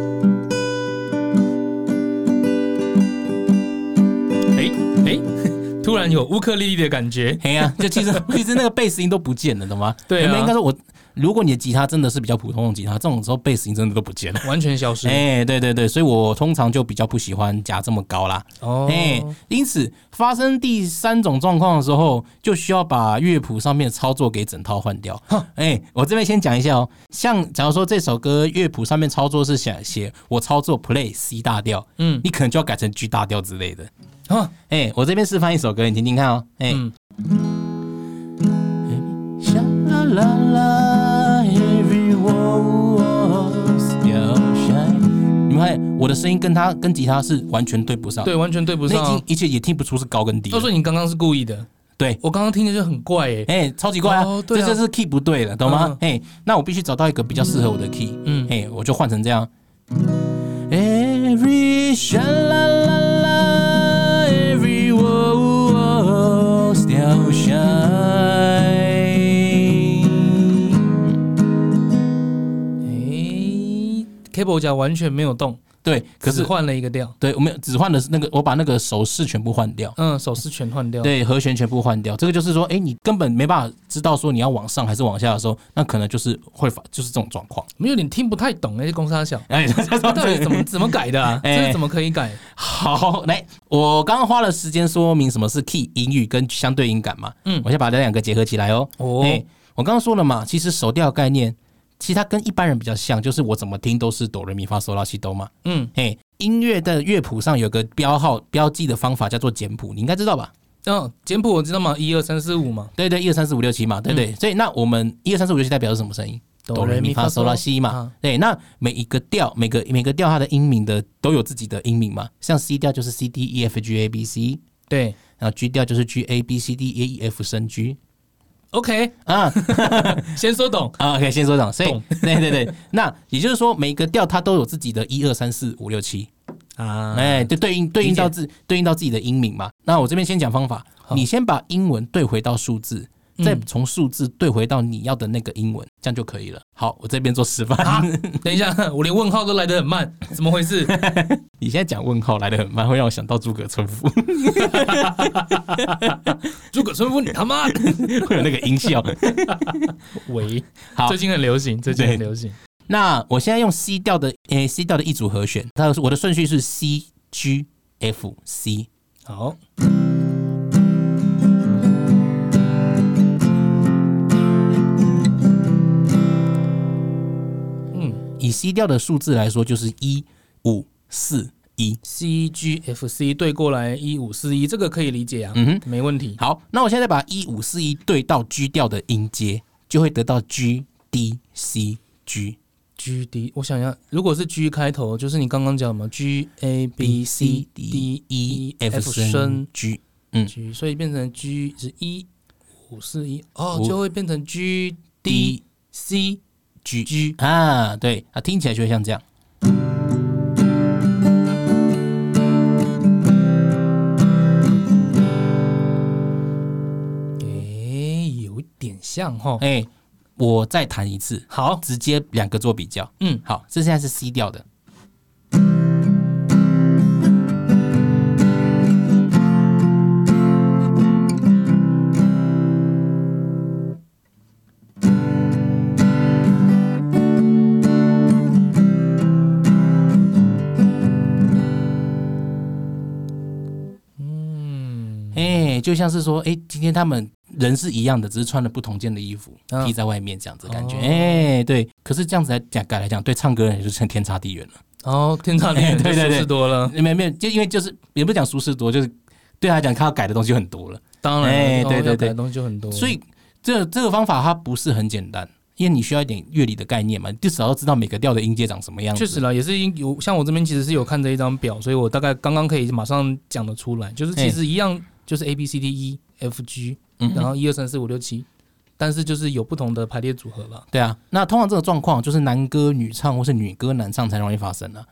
[SPEAKER 1] 哎哎， [LAUGHS] 突然有乌克丽丽的感觉。
[SPEAKER 2] 哎
[SPEAKER 1] [LAUGHS]
[SPEAKER 2] 呀、就其实其实那个贝斯音都不见了，懂吗？
[SPEAKER 1] 对啊
[SPEAKER 2] 原本应该说我，如果你的吉他真的是比较普通的吉他，这种时候贝斯音真的都不见了。
[SPEAKER 1] 完全消失、
[SPEAKER 2] 哎、对对对，所以我通常就比较不喜欢夹这么高啦。
[SPEAKER 1] 哦，
[SPEAKER 2] 哎、因此发生第三种状况的时候，就需要把乐谱上面的操作给整套换掉。哎、我这边先讲一下哦，像假如说这首歌乐谱上面操作是想写我操作 play C 大调，
[SPEAKER 1] 嗯
[SPEAKER 2] 你可能就要改成 G 大调之类的。
[SPEAKER 1] 啊，
[SPEAKER 2] 哎、我这边示范一首歌，你听听看哦。哎、
[SPEAKER 1] 嗯，
[SPEAKER 2] Sha la la la, everyone was still shine。你们看我的声音跟他跟吉他是完全对不上，
[SPEAKER 1] 对，完全对不
[SPEAKER 2] 那
[SPEAKER 1] 上
[SPEAKER 2] 已
[SPEAKER 1] 啊
[SPEAKER 2] 经。而且也听不出是高跟低了
[SPEAKER 1] 都。说你刚刚是故意的，
[SPEAKER 2] 对，
[SPEAKER 1] 我刚刚听着就很怪哎、
[SPEAKER 2] 哎、超级怪啊！
[SPEAKER 1] 哦对
[SPEAKER 2] 这
[SPEAKER 1] 啊
[SPEAKER 2] 就是 key 不对了，懂吗
[SPEAKER 1] 嗯？
[SPEAKER 2] 哎、那我必须找到一个比较适合我的 key。
[SPEAKER 1] 嗯
[SPEAKER 2] 哎、我就换成这样。Every sha la la la, every wo wo still shine。
[SPEAKER 1] 哎，cable 夹完全没有动，
[SPEAKER 2] 对，可
[SPEAKER 1] 只
[SPEAKER 2] 是
[SPEAKER 1] 换了一个调，
[SPEAKER 2] 对，我们只换的是那个，我把那个手势全部换掉。
[SPEAKER 1] 嗯，手势全换掉，，
[SPEAKER 2] 对，和弦全部换掉，这个就是说，哎、你根本没办法知道说你要往上还是往下的时候，那可能就是会发，就是这种状况。 [LAUGHS]
[SPEAKER 1] 没有点听不太懂哎、欸，公沙小。
[SPEAKER 2] 哎，
[SPEAKER 1] 他
[SPEAKER 2] [LAUGHS]
[SPEAKER 1] 到底怎么怎么改的、啊？
[SPEAKER 2] 哎
[SPEAKER 1] 这怎么可以改？
[SPEAKER 2] 好，来，我刚刚花了时间说明什么是 key 音域跟相对音感嘛，
[SPEAKER 1] 嗯
[SPEAKER 2] 我先把这两个结合起来哦。
[SPEAKER 1] 哦
[SPEAKER 2] 哎我刚刚说了嘛，其实手调概念，其实它跟一般人比较像，就是我怎么听都是哆来咪发嗦拉西哆嘛。
[SPEAKER 1] 嗯，
[SPEAKER 2] 哎，音乐的乐谱上有个标号标记的方法叫做简谱，你应该知道吧？
[SPEAKER 1] 嗯，简谱我知道嘛，一二三四五嘛，
[SPEAKER 2] 对对，一二三四五六七嘛，对
[SPEAKER 1] 嗯
[SPEAKER 2] 不对？所以那我们一二三四五六七代表是什么声音？哆来咪发嗦拉西嘛，
[SPEAKER 1] 啊
[SPEAKER 2] 对，那每一个调，每个每个调它的音名的都有自己的音名嘛，像 C 调就是 C D E F G A B C，
[SPEAKER 1] 对
[SPEAKER 2] 然后 G 调就是 G A B C D E E F 升 G
[SPEAKER 1] ，OK，
[SPEAKER 2] 啊
[SPEAKER 1] 先说
[SPEAKER 2] [LAUGHS]
[SPEAKER 1] 懂，
[SPEAKER 2] 啊，OK，先说讲，所以
[SPEAKER 1] 懂
[SPEAKER 2] [LAUGHS] 对对对，那也就是说每个调它都有自己的一二三四五六七，
[SPEAKER 1] 啊，
[SPEAKER 2] 哎，对对应对应
[SPEAKER 1] 理解
[SPEAKER 2] 到自对应到自己的音名嘛。那我这边先讲方法，
[SPEAKER 1] 好
[SPEAKER 2] 你先把英文对回到数字。再从数字对回到你要的那个英文，这样就可以了。好，我这边做示范。
[SPEAKER 1] 啊，等一下，我连问号都来得很慢，怎么回
[SPEAKER 2] [LAUGHS]
[SPEAKER 1] 事？
[SPEAKER 2] 你现在讲问号来的很慢，会让我想到诸葛村夫， [LAUGHS]
[SPEAKER 1] 诸葛村夫，你他妈的！
[SPEAKER 2] 会有那个音
[SPEAKER 1] [LAUGHS]
[SPEAKER 2] 效。
[SPEAKER 1] 喂，
[SPEAKER 2] 好
[SPEAKER 1] [LAUGHS] 最，近很流行，最近很流行。
[SPEAKER 2] 那我现在用 C 调的，诶、c 调的一组和弦，它的我的顺序是 C G F C。
[SPEAKER 1] 好，嗯
[SPEAKER 2] 以 C 调的数字来说，就是一五四一。
[SPEAKER 1] ，C G F C 对过来一五四一，这个可以理解啊，
[SPEAKER 2] 嗯哼，
[SPEAKER 1] 没问题。
[SPEAKER 2] 好，那我现在把一五四一对到 G 调的音阶，就会得到 G D C G
[SPEAKER 1] G D，我想一下，如果是 G 开头，就是你刚刚讲嘛，G A B C D E F 升
[SPEAKER 2] G。
[SPEAKER 1] G，所以变成 G 是一五四一，哦，
[SPEAKER 2] 五
[SPEAKER 1] 就会变成 G D
[SPEAKER 2] D
[SPEAKER 1] C
[SPEAKER 2] G
[SPEAKER 1] G
[SPEAKER 2] 啊，对啊，听起来就会像这样。
[SPEAKER 1] 诶，有一点像哈。
[SPEAKER 2] 哎、我再弹一次，
[SPEAKER 1] 好，
[SPEAKER 2] 直接两个做比较。
[SPEAKER 1] 嗯，
[SPEAKER 2] 好，这现在是 C 调的。嗯，哎，就像是说，哎、今天他们人是一样的，只是穿了不同件的衣服
[SPEAKER 1] 嗯
[SPEAKER 2] 披在外面这样子的感觉。
[SPEAKER 1] 哦
[SPEAKER 2] 哎、对，可是这样子来讲，改来讲，对唱歌人也是成天差地远了。
[SPEAKER 1] 哦，天差地远，
[SPEAKER 2] 哎对对对
[SPEAKER 1] 就舒适多了，
[SPEAKER 2] 没有没有，就因为就是也不是讲舒适多，就是对他来讲，他要改的东西很多了。
[SPEAKER 1] 当然，
[SPEAKER 2] 哎
[SPEAKER 1] 哦
[SPEAKER 2] 对对
[SPEAKER 1] 要改
[SPEAKER 2] 对
[SPEAKER 1] 的东西就很多，
[SPEAKER 2] 所以这这个方法它不是很简单，因为你需要一点乐理的概念嘛，你至少要知道每个调的音阶长什么样子。
[SPEAKER 1] 确实啦，也是因有像我这边其实是有看着一张表，所以我大概刚刚可以马上讲得出来，就是其实一样，就是 A B C D E F G，
[SPEAKER 2] 嗯哼
[SPEAKER 1] 然后一二三四五六七，但是就是有不同的排列组合了。
[SPEAKER 2] 对啊，那通常这个状况就是男歌女唱或是女歌男唱才容易发生啊，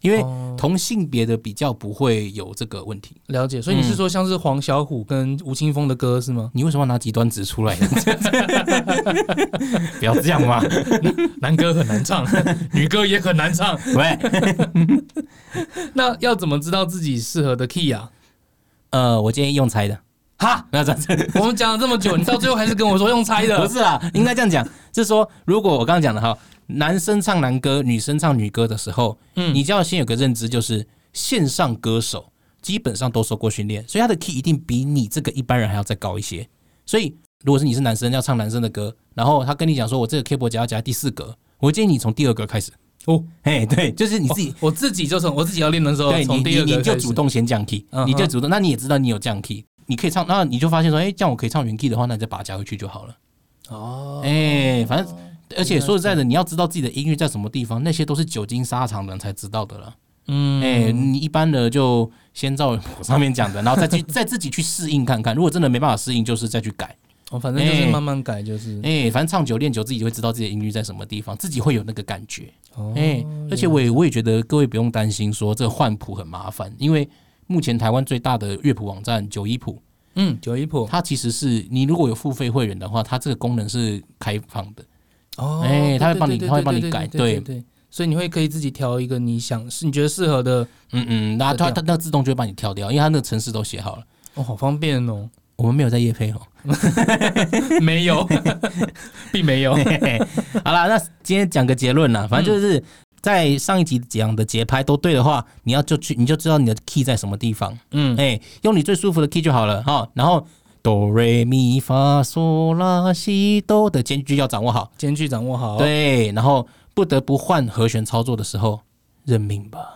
[SPEAKER 2] 因为
[SPEAKER 1] 哦
[SPEAKER 2] 同性别的比较不会有这个问题。
[SPEAKER 1] 了解，
[SPEAKER 2] 嗯
[SPEAKER 1] 所以你是说像是黄小琥跟吴青峰的歌是
[SPEAKER 2] [LAUGHS]
[SPEAKER 1] 吗？
[SPEAKER 2] 你为什么要拿极端值出来呢？ [LAUGHS] 不要这样嘛！
[SPEAKER 1] 男歌很难
[SPEAKER 2] [LAUGHS]
[SPEAKER 1] 唱，女歌也很难唱，
[SPEAKER 2] 喂，
[SPEAKER 1] [LAUGHS] 那要怎么知道自己适合的 key 啊？
[SPEAKER 2] 呃，我建议用猜的。
[SPEAKER 1] 哈，
[SPEAKER 2] 那这样子
[SPEAKER 1] 我们讲了这么久，你到最后还是跟我说用猜
[SPEAKER 2] 不
[SPEAKER 1] 的，
[SPEAKER 2] 是啦，应该这样讲，就是说，如果我刚刚讲的哈，男生唱男歌，女生唱女歌的时候，
[SPEAKER 1] 嗯
[SPEAKER 2] 你就要先有个认知，就是线上歌手基本上都受过训练，所以他的 key 一定比你这个一般人还要再高一些。所以，如果是你是男生要唱男生的歌，然后他跟你讲说，我这个 keyboard 夹要夹第四格，我建议你从第二格开始。
[SPEAKER 1] 哦，
[SPEAKER 2] 嘿，对，就是你自己，
[SPEAKER 1] 我自己就从我自己要练的时候，
[SPEAKER 2] 对你
[SPEAKER 1] 呃从第二
[SPEAKER 2] 你
[SPEAKER 1] 个
[SPEAKER 2] 你就
[SPEAKER 1] 开始
[SPEAKER 2] 主动先降 key，、
[SPEAKER 1] 嗯哼
[SPEAKER 2] 你就主动，那你也知道你有降 key，你可以唱，那你就发现说，哎、这样我可以唱原 key 的话，那你再把它夹回去就好了。
[SPEAKER 1] 哦，
[SPEAKER 2] 哎、反正而且说实在的，你要知道自己的音域在什么地方，那些都是久经沙场的人才知道的了。
[SPEAKER 1] 嗯，
[SPEAKER 2] 哎、你一般的就先照我上面讲的，然后
[SPEAKER 1] [LAUGHS]
[SPEAKER 2] 再去再自己去适应看看。如果真的没办法适应，就是再去改。
[SPEAKER 1] 哦，反正就是
[SPEAKER 2] 哎
[SPEAKER 1] 慢慢改，就是。
[SPEAKER 2] 哎、反正唱久练久，自己就会知道自己的音域在什么地方，自己会有那个感觉。
[SPEAKER 1] 哦，
[SPEAKER 2] 哎、而且我也我也觉得各位不用担心说这个换谱很麻烦，因为目前台湾最大的乐谱网站九一谱，
[SPEAKER 1] 嗯，九一谱，
[SPEAKER 2] 它其实是你如果有付费会员的话，它这个功能是开放的。
[SPEAKER 1] 哦
[SPEAKER 2] 哎它会帮
[SPEAKER 1] 对
[SPEAKER 2] 你
[SPEAKER 1] 对对
[SPEAKER 2] 它会帮你
[SPEAKER 1] 对对
[SPEAKER 2] 改
[SPEAKER 1] 对对
[SPEAKER 2] 对
[SPEAKER 1] 对，所以你会可以自己调一个你想是你觉得适合的，
[SPEAKER 2] 嗯嗯，那
[SPEAKER 1] 对
[SPEAKER 2] 它
[SPEAKER 1] 啊
[SPEAKER 2] 它它自动就会把你跳掉，因为它那个程式都写好了。
[SPEAKER 1] 哦，好方便
[SPEAKER 2] [LAUGHS]
[SPEAKER 1] 哦，
[SPEAKER 2] 我们没有在夜配哦。
[SPEAKER 1] 没
[SPEAKER 2] [LAUGHS]
[SPEAKER 1] 有，并没有，
[SPEAKER 2] 好啦，那今天讲个结论啦，反正就是在上一集讲的节拍都对的话，你要就去你就知道你的 key 在什么地方，
[SPEAKER 1] 嗯，
[SPEAKER 2] 哎、用你最舒服的 key 就好了哈。然后哆瑞咪发嗦拉西哆的间距要掌握好，
[SPEAKER 1] 间距掌握好，，
[SPEAKER 2] 对，然后不得不换和弦操作的时候，认命吧。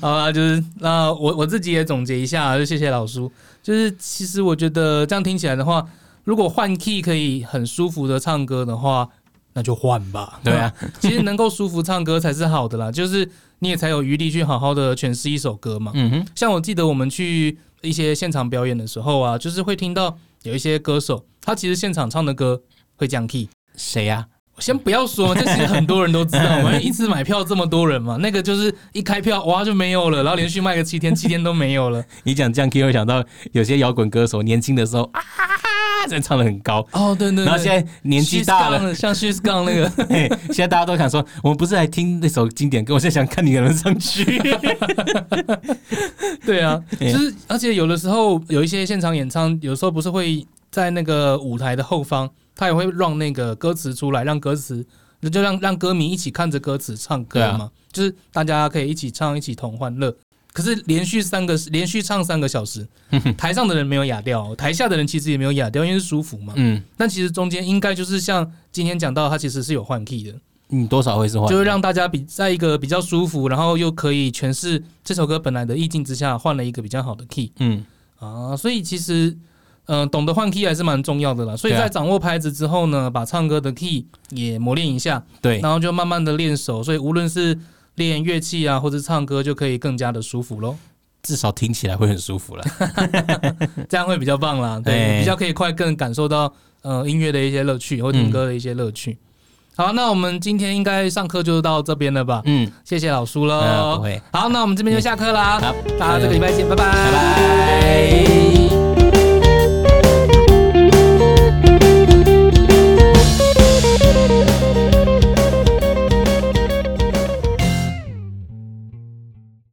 [SPEAKER 1] 好啦，就是那我我自己也总结一下，就谢谢老叔，就是其实我觉得这样听起来的话，如果换 key 可以很舒服的唱歌的话，那就换吧，
[SPEAKER 2] 对啊，
[SPEAKER 1] 其实能够舒服唱歌才是好的啦， [LAUGHS] 就是你也才有余力去好好的诠释一首歌嘛。
[SPEAKER 2] 嗯哼，
[SPEAKER 1] 像我记得我们去一些现场表演的时候啊，就是会听到有一些歌手，他其实现场唱的歌会降 key。
[SPEAKER 2] 谁啊呀、
[SPEAKER 1] 先不要说，这其实很多人都知 [LAUGHS] 道嘛，因为一次买票这么多人嘛，那个就是一开票哇就没有了，然后连续卖个七天，七天都没有了。
[SPEAKER 2] 你讲这样 key 会想到有些摇滚歌手年轻的时候啊，这样唱的很高，
[SPEAKER 1] 哦，对对
[SPEAKER 2] 然后现在年纪大了。，
[SPEAKER 1] 像 She's Gone 那个，
[SPEAKER 2] [LAUGHS] 嘿，现在大家都想说，我们不是来听那首经典歌，我现在想看你能不能
[SPEAKER 1] [LAUGHS]
[SPEAKER 2] 上去。
[SPEAKER 1] 对 [LAUGHS] 啊，就是而且有的时候有一些现场演唱，有时候不是会在那个舞台的后方，他也会让那个歌词出来，让歌词就让让歌迷一起看着歌词唱歌
[SPEAKER 2] 对啊
[SPEAKER 1] 嘛，就是大家可以一起唱，一起同欢乐。可是连续三个连续唱三个小时，台上的人没有哑掉，台下的人其实也没有哑掉，因为是舒服嘛。
[SPEAKER 2] 嗯，
[SPEAKER 1] 但其实中间应该就是像今天讲到，它其实是有换 key 的，
[SPEAKER 2] 你嗯多少会是换，
[SPEAKER 1] 就会让大家比在一个比较舒服，然后又可以诠释这首歌本来的意境之下，换了一个比较好的 key。
[SPEAKER 2] 嗯
[SPEAKER 1] 啊，所以其实，嗯、懂得换 key 还是蛮重要的啦。所以
[SPEAKER 2] 对啊
[SPEAKER 1] 在掌握拍子之后呢，把唱歌的 key 也磨练一下，
[SPEAKER 2] 对，
[SPEAKER 1] 然后就慢慢的练手。所以无论是练乐器啊，或者唱歌，就可以更加的舒服咯。
[SPEAKER 2] 至少听起来会很舒服了。
[SPEAKER 1] 这样会比较棒啦。对，
[SPEAKER 2] 嗯哎
[SPEAKER 1] 比较可以快更感受到呃音乐的一些乐趣，或听歌的一些乐趣。好，那我们今天应该上课就到这边了吧？
[SPEAKER 2] 嗯，
[SPEAKER 1] 谢谢老叔喽。
[SPEAKER 2] 呃不会
[SPEAKER 1] 好，那我们这边就下课啦。
[SPEAKER 2] 好
[SPEAKER 1] 大家这个礼拜见，拜拜
[SPEAKER 2] 拜拜。